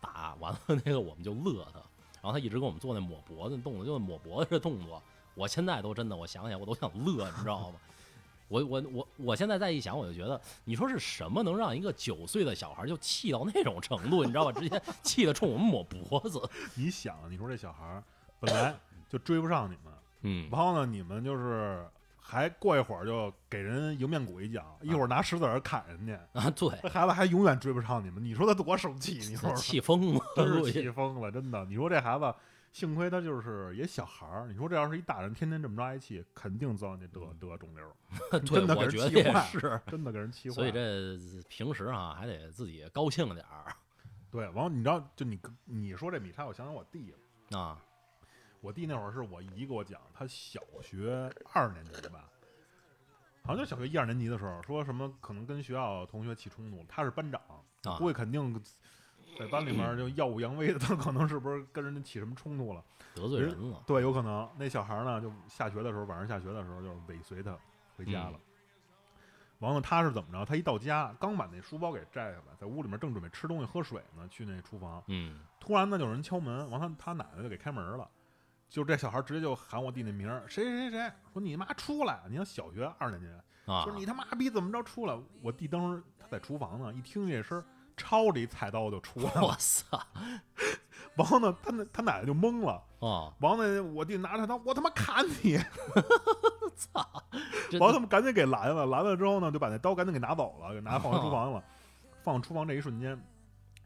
S3: 打，完了那个我们就乐他，然后他一直给我们做那抹脖子的动作，就是抹脖子这动作，我现在都真的我想想我都想乐，你知道吗？我我我我现在再一想，我就觉得，你说是什么能让一个九岁的小孩就气到那种程度？你知道吧？直接气得冲我们抹脖子。
S2: 你想，你说这小孩儿本来就追不上你们，
S3: 嗯
S2: 然后呢，你们就是还过一会儿就给人迎面鼓一脚，一会儿拿石子儿砍人家，
S3: 啊，对，
S2: 那孩子还永远追不上你们，你说他多生气？你说
S3: 气疯了，
S2: 真是
S3: 估计
S2: 气疯了，真的。你说这孩子，幸亏他就是也小孩儿，你说这要是一大人，天天这么着挨气，肯定遭你得得肿瘤，真的给
S3: 对，我
S2: 人
S3: 觉得
S2: 气
S3: 也
S2: 坏
S3: 是。
S2: 真的给人气坏。
S3: 所以这平时啊，还得自己高兴点儿。
S2: 对，完了你知道，就你你说这米叉，我想想我弟，
S3: 啊，
S2: 我弟那会儿是我姨给我讲，他小学二年级吧，好像就小学一二年级的时候，说什么可能跟学校同学起冲突了，他是班长，
S3: 啊
S2: 估计肯定在班里面就耀武扬威的，他可能是不是跟人家起什么冲突了？
S3: 得罪人了，
S2: 对，有可能。那小孩儿呢，就下学的时候，晚上下学的时候，就是尾随他回家了。完了，他是怎么着？他一到家，刚把那书包给摘下来，在屋里面正准备吃东西喝水呢，去那厨房，
S3: 嗯，
S2: 突然呢有人敲门，完他他奶奶就给开门了。就这小孩直接就喊我弟那名儿，谁谁谁，说你妈出来！你看小学二年级，
S3: 啊，
S2: 说你他妈逼怎么着出来？我弟当时他在厨房呢，一听这声儿，抄着一菜刀就出来了。
S3: 我操，
S2: 完后呢，他那他奶奶就懵了。
S3: 哦，
S2: 完了，我弟拿着菜刀，我他妈砍你！
S3: 这
S2: 完了，他们赶紧给拦了，拦了之后呢，就把那刀赶紧给拿走了，给拿放厨房了。放厨房这一瞬间，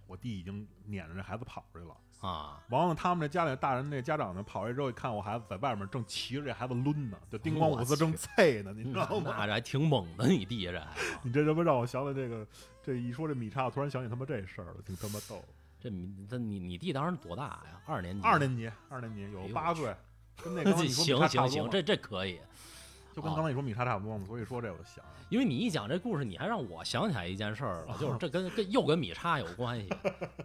S2: 我弟已经撵着这孩子跑出去了。
S3: 啊，
S2: 完了，他们这家里大人这家长呢，跑出去之后一看我孩子在外面正骑着这孩子抡呢，就叮咣五四正啐呢，你知道吗？
S3: 嗯那这还挺猛的，你弟这还
S2: 你这他妈让我想起这个，这一说这米叉，我突然想起他妈这事儿了，挺他妈逗。
S3: 这你这你你弟当时多大呀？二年级，
S2: 二年级，二年级
S3: 嗯哎
S2: 有
S3: 呦
S2: 八
S3: 我去
S2: 岁，跟那刚才你
S3: 级，
S2: 说米
S3: 行
S2: 叉差
S3: 行
S2: 不多
S3: 行，啊
S2: 嘛，
S3: 这这可以，
S2: 就跟刚才你说米叉差不多嘛，所以说这我就想，
S3: 因为你一讲这故事，你还让我想起来一件事儿了，就是这跟跟又跟米叉有关系。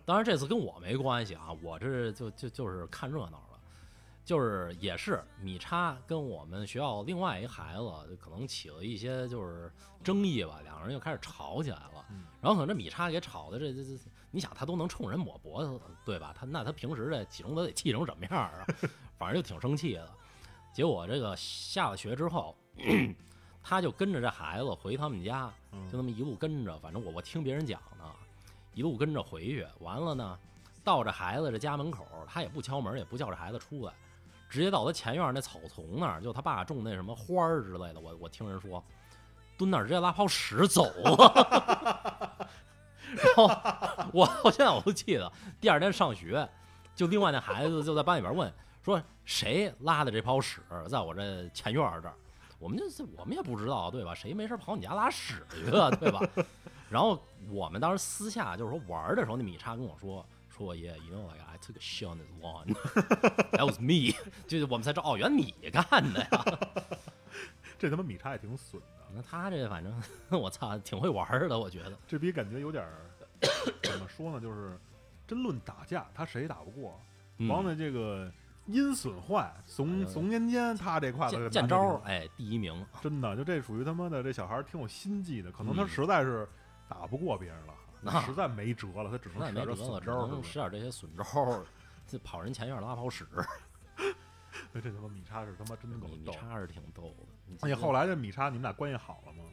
S3: 当然这次跟我没关系啊，我这就就就是看热闹了，就是也是米叉跟我们学校另外一孩子就可能起了一些就是争议吧，两个人就开始吵起来了
S2: 嗯。
S3: 然后可能这米叉给吵的这这这，你想他都能冲人抹脖子，对吧？他那他平时这体中得气成什么样啊？ 反正就挺生气的。结果这个下了学之后，他就跟着这孩子回他们家，就
S2: 嗯
S3: 那么一路跟着，反正我我听别人讲的，一路跟着回去。完了呢，到这孩子这家门口，他也不敲门，也不叫这孩子出来，直接到他前院那草丛那儿，就他爸种那什么花儿之类的，我我听人说，蹲那儿直接拉泡屎走 了。然后 我我现在我都记得，第二天上学，就另外那孩子就在班里边问说谁拉的这泡屎在我这前院儿这儿。我们就是我们也不知道，对吧？谁没事跑你家拉屎去了，对 吧？然后我们当时私下就是说玩儿的时候，那米叉跟我说说，Yeah, you know, like I took a shit on this lawn. That was me. 就是我们才知道，哦，原来你干的呀。
S2: 这他妈米叉也挺损的。
S3: 那他这反正我操，挺会玩儿的，我觉得。
S2: 这逼感觉有点儿怎么说呢？就是真论打架，他谁也打不过。
S3: 嗯
S2: 王的这个阴损坏、怂
S3: 哎
S2: 怂奸奸，他这块
S3: 见
S2: 子
S3: 见招儿，哎，第一名，
S2: 真的就这属于他妈的这小孩儿挺有心计的，可能他
S3: 嗯
S2: 实在是打不过别人 了，
S3: 啊
S2: 实在没辙了，他只能
S3: 那
S2: 使
S3: 也没
S2: 点
S3: 辙
S2: 这
S3: 了，
S2: 损
S3: 只
S2: 招儿，是
S3: 能
S2: 不
S3: 使
S2: 是？
S3: 点这些损招儿，这跑人前院拉泡屎，
S2: 这他妈米叉是他妈真够
S3: 米米
S2: 逗。
S3: 叉是挺逗的。你
S2: 而且后来这米叉，你们俩关系好了吗？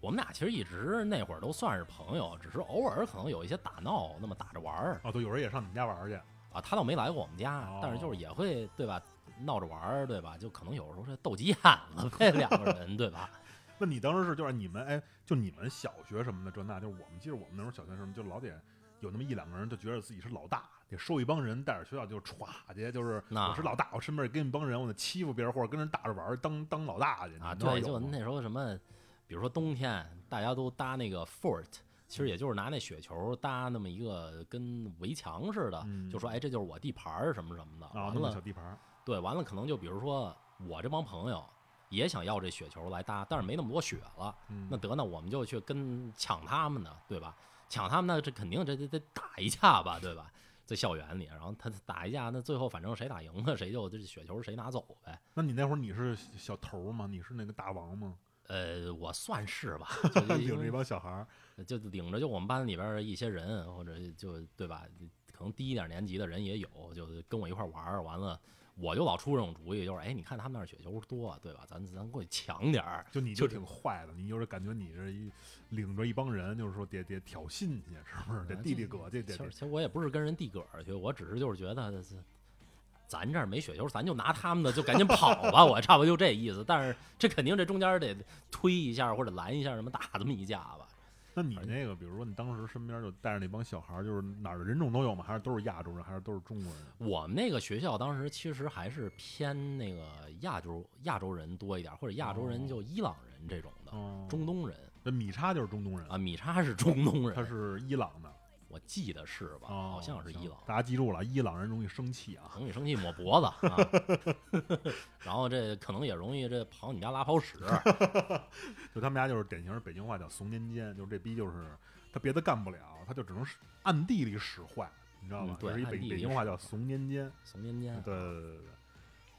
S3: 我们俩其实一直那会儿都算是朋友，只是偶尔可能有一些打闹，那么打着玩儿
S2: 啊，对，有时候也上你们家玩儿去。
S3: 啊。他倒没来过我们家，
S2: 哦
S3: 但是就是也会对吧，闹着玩儿对吧？就可能有时候是斗急眼了呗，两个人对吧？
S2: 那你当时是就是你们哎，就你们小学什么的这那，就是我们记得我们那时候小学什么，就老得有那么一两个人就觉得自己是老大，得收一帮人带着学校就歘去，就是
S3: 那
S2: 我是老大，我身边跟一帮人，我得欺负别人或者跟人打着玩儿，当当老大去
S3: 啊，
S2: 你们那
S3: 对，
S2: 会儿
S3: 就
S2: 嗯有吗
S3: 那时候什么，比如说冬天大家都搭那个 fort，其实也就是拿那雪球搭那么一个跟围墙似的，
S2: 嗯
S3: 就说哎这就是我地盘儿什么什么的。
S2: 啊，
S3: 完
S2: 那
S3: 了
S2: 么小地盘儿，
S3: 对，完了可能就比如说我这帮朋友也想要这雪球来搭，但是没那么多雪了。
S2: 嗯，
S3: 那得呢，我们就去跟抢他们呢，对吧？抢他们那这肯定这这得打一架吧，对吧？在校园里，然后他打一架，那最后反正谁打赢了，谁就这雪球谁拿走呗。
S2: 那你那会儿你是小头儿吗？你是那个大王吗？
S3: 呃，我算是吧， 就就
S2: 领着一
S3: 因
S2: 帮小孩儿，
S3: 为就领着就我们班里边儿一些人，或者就对吧？可能低一点年级的人也有，就跟我一块儿玩儿。完了，我就老出这种主意，就是哎，你看他们那儿雪球多，啊对吧？咱咱过去抢点儿。
S2: 就你
S3: 就
S2: 就挺坏的，你就是感觉你是一领着一帮人，就是说得得挑衅去，是不是？得
S3: 啊
S2: 弟
S3: 这
S2: 弟哥，这得
S3: 其
S2: 得
S3: 实其实我也不是跟人递个儿去，我只是就是觉得这咱这儿没雪球，咱就拿他们的就赶紧跑吧，我差不多就这意思。但是这肯定这中间得推一下或者拦一下，什么打这么一架吧。
S2: 那你那个，比如说你当时身边就带着那帮小孩儿，就是哪儿的人种都有吗？还是都是亚洲人，还是都是中国人？
S3: 我们那个学校当时其实还是偏那个亚洲亚洲人多一点，或者亚洲人就伊朗人这种的，
S2: 哦，
S3: 中东人啊
S2: 那米叉就是中东人，
S3: 啊，米叉是中东人，
S2: 他是伊朗的，
S3: 我记得是吧？
S2: 哦
S3: 好像是伊朗。
S2: 大家记住了，伊朗人容易生气啊。
S3: 容易生气抹脖子啊， 然后这可能也容易这跑你家拉泡屎，啊
S2: 就他们家就是典型儿北京话叫怂尖尖，就是这逼就是他别的干不了，他就只能是暗地里使坏，你知道吧
S3: 嗯？对
S2: 就是一北
S3: 暗地里嗯
S2: 北京话叫怂尖尖。
S3: 怂尖尖
S2: 嗯对。对对对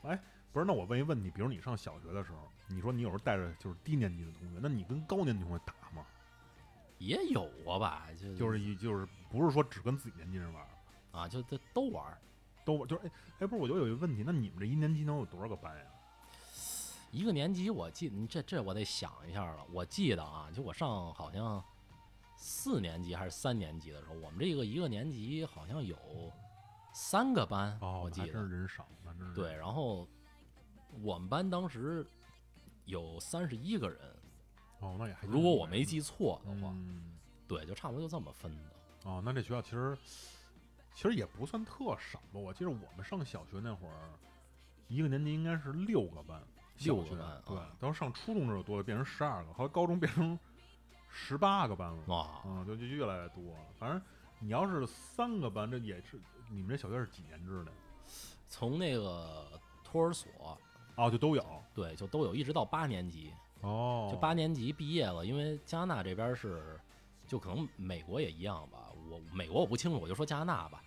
S2: 对。哎，不是，那我问一问题，比如你上小学的时候，你说你有时候带着就是低年级的同学，那你跟高年级同学打吗？
S3: 也有过吧，就
S2: 就是一就是不是说只跟自己年级人玩儿，
S3: 啊，就这都玩儿。
S2: 都玩就是哎哎，不是，我就有一个问题，那你们这一年级能有多少个班呀？
S3: 一个年级我记你这这我得想一下了。我记得啊，就我上好像四年级还是三年级的时候，我们这个一个年级好像有三个班，
S2: 哦，
S3: 我
S2: 那还
S3: 记
S2: 真
S3: 得
S2: 是人少，那真是
S3: 对。然后我们班当时有三十一个人，
S2: 哦，那也还真
S3: 如果
S2: 是
S3: 我没记错的话，
S2: 嗯
S3: 对，就差不多就这么分的。
S2: 哦，那这学校其实其实也不算特少吧。我记得我们上小学那会儿，一个年级应该是六个班，
S3: 六
S2: 小
S3: 个
S2: 学
S3: 班
S2: 对
S3: 啊，
S2: 当时上初中这就多了，变成十二个，后来高中变成十八个班了，
S3: 哇，
S2: 嗯，就就越来越多了。反正你要是三个班，这也是你们这小学是几年制的？
S3: 从那个托儿所，
S2: 哦，就都有
S3: 对，就都有，一直到八年级，
S2: 哦，
S3: 就八年级毕业了，因为加拿大这边是，就可能美国也一样吧。我美国我不清楚，我就说加拿大吧。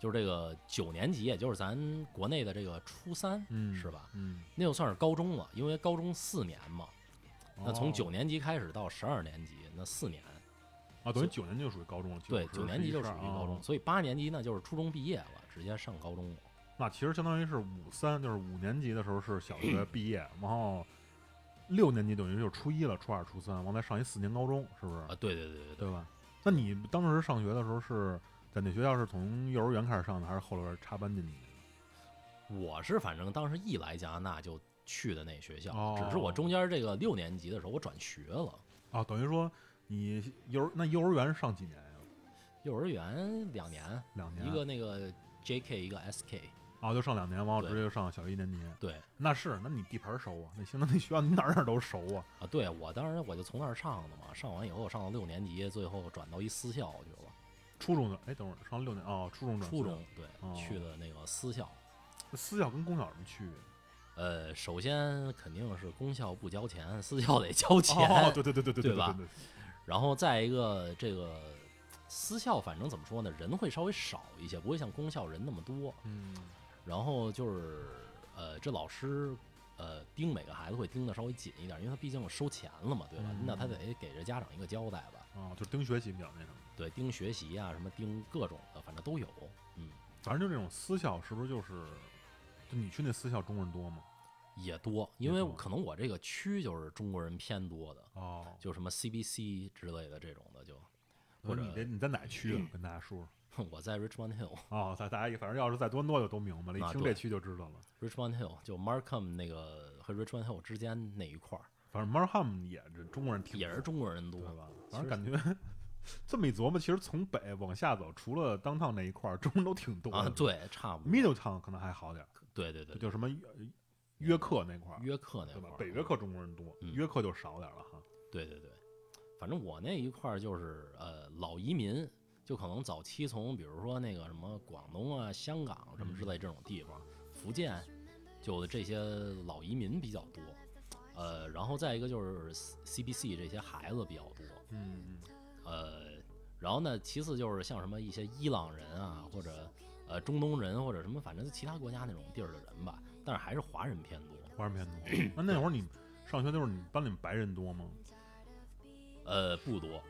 S3: 就是这个九年级，也就是咱国内的这个初三，
S2: 嗯
S3: 是吧？
S2: 嗯，
S3: 那就算是高中了，因为高中四年嘛。那
S2: 哦
S3: 从九年级开始到十二年级，那四年，
S2: 啊，等于九年级就属于高中了，
S3: 对，
S2: 10
S3: 九年级就
S2: 11
S3: 属于高中，
S2: 哦
S3: 所以八年级呢就是初中毕业了，直接上高中了。
S2: 那其实相当于是五三，就是五年级的时候是小学毕业，然后六年级等于就是初一了，初二、初三，然后再上一四年高中，是不是？
S3: 啊，对对对对对，
S2: 对吧？那你当时上学的时候是在那学校是从幼儿园开始上的，还是后来插班进去的？
S3: 我是反正当时一来加拿大就去的那学校，
S2: 哦
S3: 只是我中间这个六年级的时候我转学了。
S2: 啊，等于说你幼儿那幼儿园上几年呀？
S3: 幼儿园两年，
S2: 两年
S3: 一个那个 JK，一个 SK，
S2: 啊，就上两年，完了
S3: 对
S2: 直接就上小学一年级。
S3: 对
S2: 那是，那你地盘熟啊，那行，那那学校你哪儿哪儿都熟啊。
S3: 啊，对我当时我就从那儿上的嘛，上完以后上到六年级，最后转到一私校去了，
S2: 初中的，哎，等会儿上六年哦，初中转
S3: 初
S2: 私校
S3: 中对、
S2: 哦
S3: 去的那个私校，
S2: 私校跟公校有什么区别？
S3: 呃，首先肯定是公校不交钱，私校得交钱，
S2: 哦，对对对对对
S3: 对吧
S2: 对
S3: 然后再一个这个私校反正怎么说呢，人会稍微少一些，不会像公校人那么多，
S2: 嗯，
S3: 然后就是呃，这老师呃盯每个孩子会盯得稍微紧一点，因为他毕竟收钱了嘛，对吧？
S2: 嗯
S3: 那他得给这家长一个交代吧，
S2: 啊，就盯学习比较那什么。
S3: 对，盯学习啊，什么盯各种的，反正都有。嗯，
S2: 反正就这种私校，是不是就是，就你去那私校中国人多吗？
S3: 也多，因为可能我这个区就是中国人偏多的，
S2: 哦，
S3: 就什么 CBC 之类的这种的，就
S2: 不
S3: 或
S2: 是
S3: 者嗯
S2: 你这你在哪区啊？跟大家说
S3: 我在 Richmond
S2: 说。哦，大大家一反正要是在多伦多就都明白了，
S3: 啊
S2: 一听
S3: 对
S2: 这区就知道了。
S3: Hill，Richmond Hill 就 Markham 那个和 Richmond Hill 之间那一块儿，
S2: 反正 Markham 也是中国人挺多
S3: 也是中国人多
S2: 对。吧？
S3: 其
S2: 反正
S3: 实
S2: 感觉 这么一琢磨，其实从北往下走，除了 downtown 那一块儿，中国人都挺多的
S3: 啊，。对，差不多。
S2: ，Middle Town 可能还好点儿，
S3: 对对对，
S2: 就什么约约克那块儿，
S3: 约克那
S2: 对吧
S3: 块儿，？
S2: 北约克中国人多，
S3: 嗯
S2: 约克就少点儿了哈。
S3: 对对对，反正我那一块儿就是呃老移民，就可能早期从比如说那个什么广东啊、香港什么之类这种地方，福建就这些老移民比较多。呃，然后再一个就是 C- CBC 这些孩子比较多，
S2: 嗯，
S3: 呃，然后呢，其次就是像什么一些伊朗人啊，或者呃中东人或者什么，反正其他国家那种地儿的人吧，但是还是华人偏多。
S2: 华人偏多。那那会儿你上学的时候，你班里面白人多吗？
S3: 呃，不多，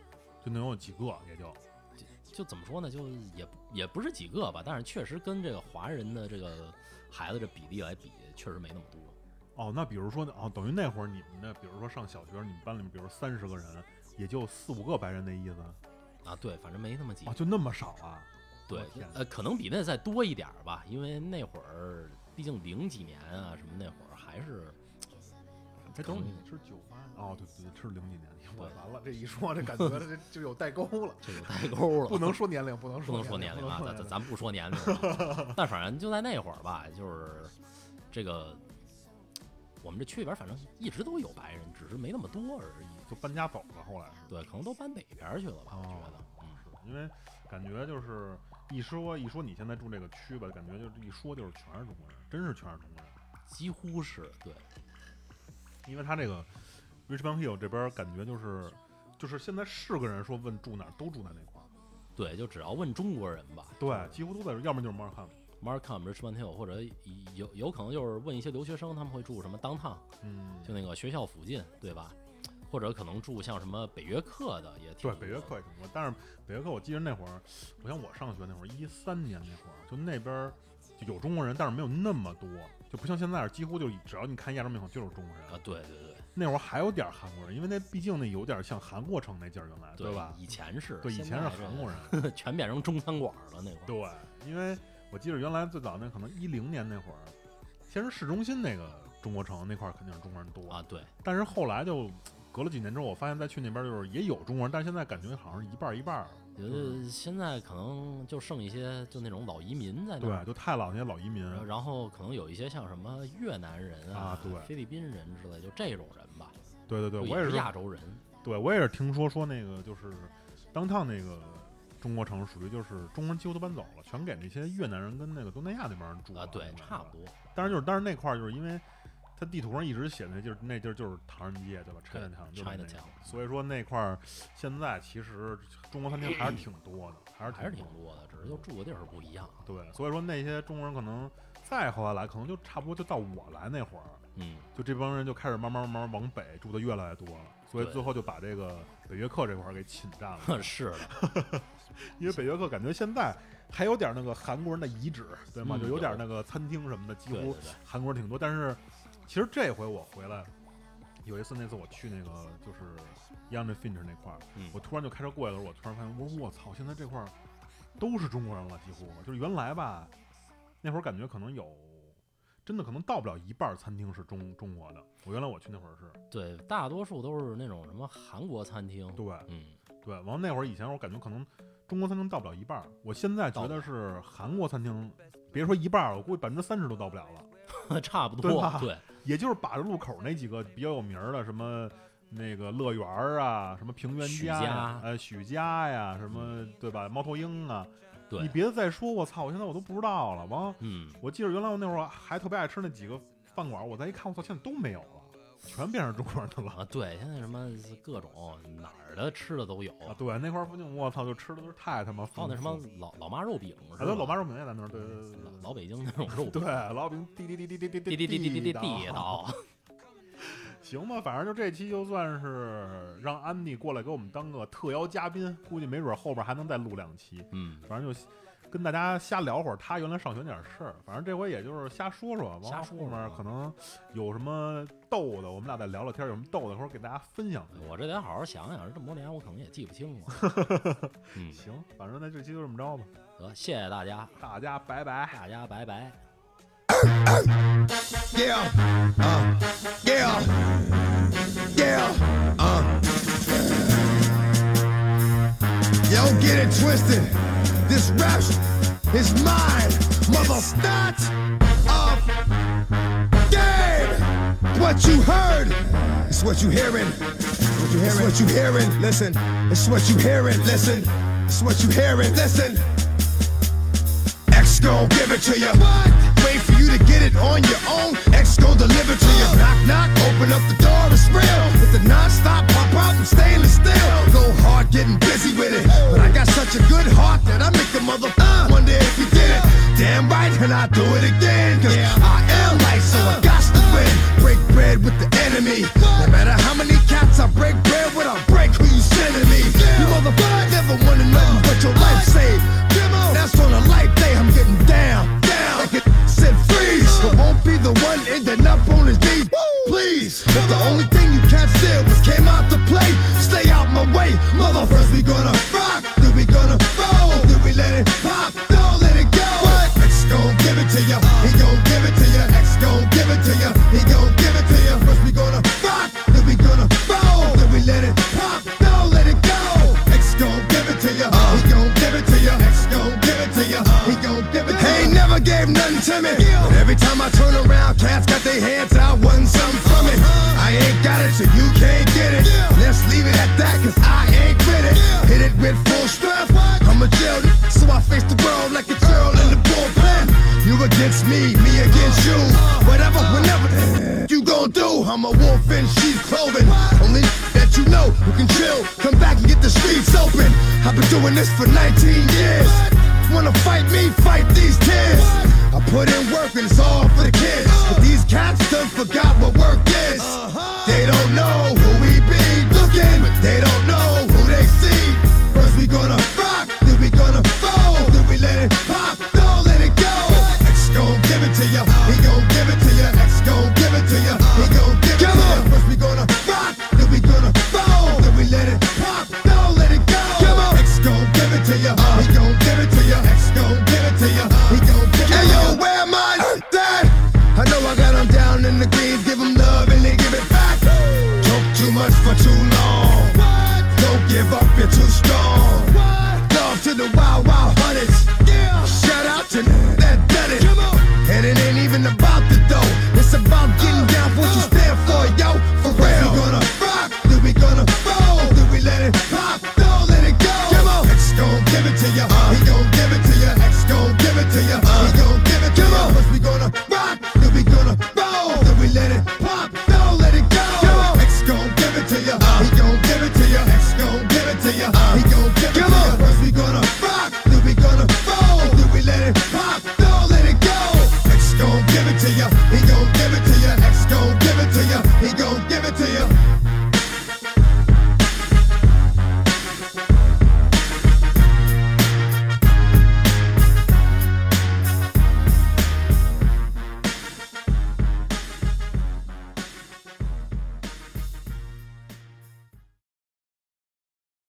S2: 就能有几个，啊也就
S3: 就怎么说呢，就也不也不是几个吧，但是确实跟这个华人的这个孩子这比例来比，确实没那么多。
S2: 哦。那比如说呢，哦，等于那会儿你们的，比如说上小学，你们班里面，比如三十个人，也就四五个白人的意思
S3: 啊，对，反正没那么几
S2: 哦，就那么少啊？
S3: 对
S2: 我天，
S3: 呃，可能比那再多一点儿吧，因为那会儿毕竟零几年啊什么那会儿还是
S2: 哎，等会儿你是九八哦，对对对，是零几年，我完了，这一说这感觉 这就有代沟了，
S3: 这个代沟了，
S2: 不能说年龄，不能
S3: 不能说年龄啊，咱咱咱不说年龄了， 但反正就在那会儿吧，就是这个我们这区里边儿反正一直都有白人，只是没那么多而已。
S2: 就搬家走了，后来是。
S3: 对，可能都搬北边儿去了吧，我觉
S2: 哦
S3: 得。嗯
S2: 是，因为感觉就是一说一说你现在住这个区吧，感觉就是一说就是全是中国人，真是全是中国人，
S3: 几乎是对，
S2: 因为他这个 Richmond Hill 这边感觉就是就是现在是个人说问住哪儿都住在那块儿，
S3: 对，就只要问中国人吧，
S2: 对，几乎都在这儿，要么就是 Markham，
S3: Markham、Richmond Hill，或者以有有可能就是问一些留学生，他们会住什么 downtown，
S2: 嗯，
S3: 就那个学校附近，对吧？或者可能住像什么北约克的也挺
S2: 对，北约克也挺多，但是北约克我记得那会儿，我想我上学那会儿，一三年那会儿，就那边儿就有中国人，但是没有那么多，就不像现在，几乎就只要你看亚洲面孔就是中国人。
S3: 啊，对对对
S2: 那会儿还有点儿韩国人，因为那毕竟那有点儿像韩国城那劲儿，原来吧？
S3: 以前是
S2: 对，以前是韩国，人。
S3: 人， 全变成中餐馆了那会儿。
S2: 对，因为我记得原来最早那可能一零年那会儿，先是市中心那个中国城那块儿肯定是中国人多
S3: 啊，，对，
S2: 但是后来就隔了几年之后，我发现再去那边就是也有中国人，但是现在感觉好像是一半儿一半儿了。
S3: 我觉
S2: 嗯
S3: 得现在可能就剩一些就那种老移民在那
S2: 对，
S3: 儿，
S2: 就太老那些老移民，
S3: 然后然后可能有一些像什么越南人
S2: 啊对
S3: 菲律宾人之类，就这种人吧，
S2: 对对对，
S3: 就
S2: 我也
S3: 是
S2: 是，
S3: 亚洲人，
S2: 对我也是听说说那个就是当趟那个中国城属于就是中国人几乎都搬走了，全给那些越南人跟那个东南亚那帮人住了
S3: 啊，对，差不。
S2: 多。
S3: 多，
S2: 但是就是但是那块儿就是因为它地图上一直写的那就是那地儿就是唐人街对吧
S3: 对
S2: ？China Town 就是那
S3: China
S2: 个
S3: Town，
S2: 所以说那块儿现在其实中国餐厅还是挺多的，还是
S3: 还是挺
S2: 多
S3: 多的，只是就住的地儿不一样。啊
S2: 对。所以说那些中国人可能再后来来，可能就差不多就到我来那会儿，
S3: 嗯，
S2: 就这帮人就开始慢慢慢慢往北住的越来越多了，所以
S3: 对
S2: 最后就把这个北约克这块儿给侵占了。
S3: 是的，
S2: 因为北约克感觉现在还有点那个韩国人的遗址，对吗？
S3: 嗯
S2: 就有点那个餐厅什么的，几
S3: 对对
S2: 乎
S3: 对，
S2: 韩国人挺多。但是其实这回我回来，有一次那次我去那个就是 Young Finch 那块儿，
S3: 嗯
S2: 我突然就开车过去的时候，我突然发现，我说我操，现在这块儿都是中国人了，几乎就是原来吧，那会儿感觉可能有。真的可能到不了一半儿餐厅是中中国的，我原来我去那会儿是，
S3: 对，大多数都是那种什么韩国餐厅，
S2: 对，
S3: 嗯，
S2: 对，完了那会儿以前我感觉可能中国餐厅到不了一半儿，我现在觉
S3: 到不
S2: 得是韩国餐厅，别说一半儿了，我估计百分之三十都到不了了。
S3: 差不
S2: 对
S3: 多
S2: 吧，
S3: 对，
S2: 也就是把着路口那几个比较有名儿的，什么那个乐园儿啊，什么平原
S3: 许
S2: 家呀，
S3: 家嗯
S2: 呃许家呀，什么对吧？猫头鹰啊，
S3: 对
S2: 你别再说我操，我现在我都不知道了。完了，
S3: 嗯，
S2: 我记得原来我那会儿还特别爱吃那几个饭馆儿，我再一看，我操，现在都没有了，全变成中国人的了。
S3: 啊，对，现在什么各种哪儿的吃的都有，
S2: 啊，对，那块儿附近，我操，就吃的都是太他妈
S3: 还有
S2: 丰
S3: 那什
S2: 富
S3: 么
S2: 了，
S3: 老老妈肉饼
S2: 还
S3: 是
S2: 有
S3: 吧？
S2: 啊老妈肉饼也在那儿，对对对对
S3: 老
S2: 对。
S3: 老北京那种肉饼，
S2: 对，老饼滴滴滴滴滴滴
S3: 地地地地地地地
S2: 道，
S3: 道，
S2: 行吧，反正就这期就算是让安迪过来给我们当个特邀嘉宾，估计没准后边还能再录两期，
S3: 嗯，
S2: 反正就。跟大家瞎聊会儿，他原来上学那点事儿，反正这回也就是瞎说说，往
S3: 瞎说
S2: 后面
S3: 说
S2: 可能有什么逗的，我们俩再聊聊天，有什么逗的，或者给大家分享分享。
S3: 我这得好好想想，这么多年我可能也记不 清了，嗯，
S2: 行，反正那这期就这么着吧，
S3: 得，谢谢大家，
S2: 大家拜拜。
S3: 大家拜拜。
S4: Yeah. Uh. Yeah. Yeah. Uh. Yo, get it twisted. This rap sh- is mine. Mother start of game. What you heard is what you hearing. What you hearing? It's what you hearing. Listen. It's what you hearing. Listen. It's what you hearing. Listen. X gon' give it to you. Wait for you to get it on your own. X gon' deliver to you. Knock, knock, open up the door, it's real. With the non-stop pop out, I'm stainless steel. Go hard, getting busy with it. But I got such a good heart that I make a mother uh, wonder if you did it. Damn right, and I do it again. Cause I am light, so I got to win. Break bread with the enemy. No matter how many cats I break bread with, I'll break who you send to me. You motherfucker never wanna know but your life saved. That's on a light day, I'm getting down, down. Like it said freeze, but won't be the one ending up on his knees. Please, if the only thing you can't steal was came out to play, stay out my way. Motherfuckers, we gonna rock, then we gonna roll, then we let it pop, don't let it go. X gon' give it to ya, he gon' give it to ya. X gon' give it to ya, he gon' give it to ya. First we gonna rock, then we gonna roll, then we let it pop, don't let it go. X gon' give it to ya. He gon' give it to ya. X gon' give it to ya. He gon' give it to ya. Ain't never gave nothing to me. But every time I turn around, cats got their hands out, wanting something from it. I ain't got it, so you can't get it. Let's leave it at that, cause I ain't with it. Hit it with full strength. You can chill, come back and get the streets open. I've been doing this for 19 years. Wanna fight me? Fight these tears. I put in work and it's all for the kids. But these cats done forgot what work is. They don't know who we be looking. They don't know who they see. First we gonna rock, then we gonna fold, then we let it pop, don't let it go. X gon' give it to ya, he gon' give it to ya. X gon' give it to ya, he gon' give it to ya. First we gonna rock, then we gonna fold, then we let it pop, don't let it go. Come on. X gon' give it to ya, he gon' give it to ya. X gon' give it to ya, he gon' give it to ya. Hey yo, where my dad? I know I got 'em down in the greens, give 'em love and they give it back. Talk too much for too long. Don't give up, you're too strong.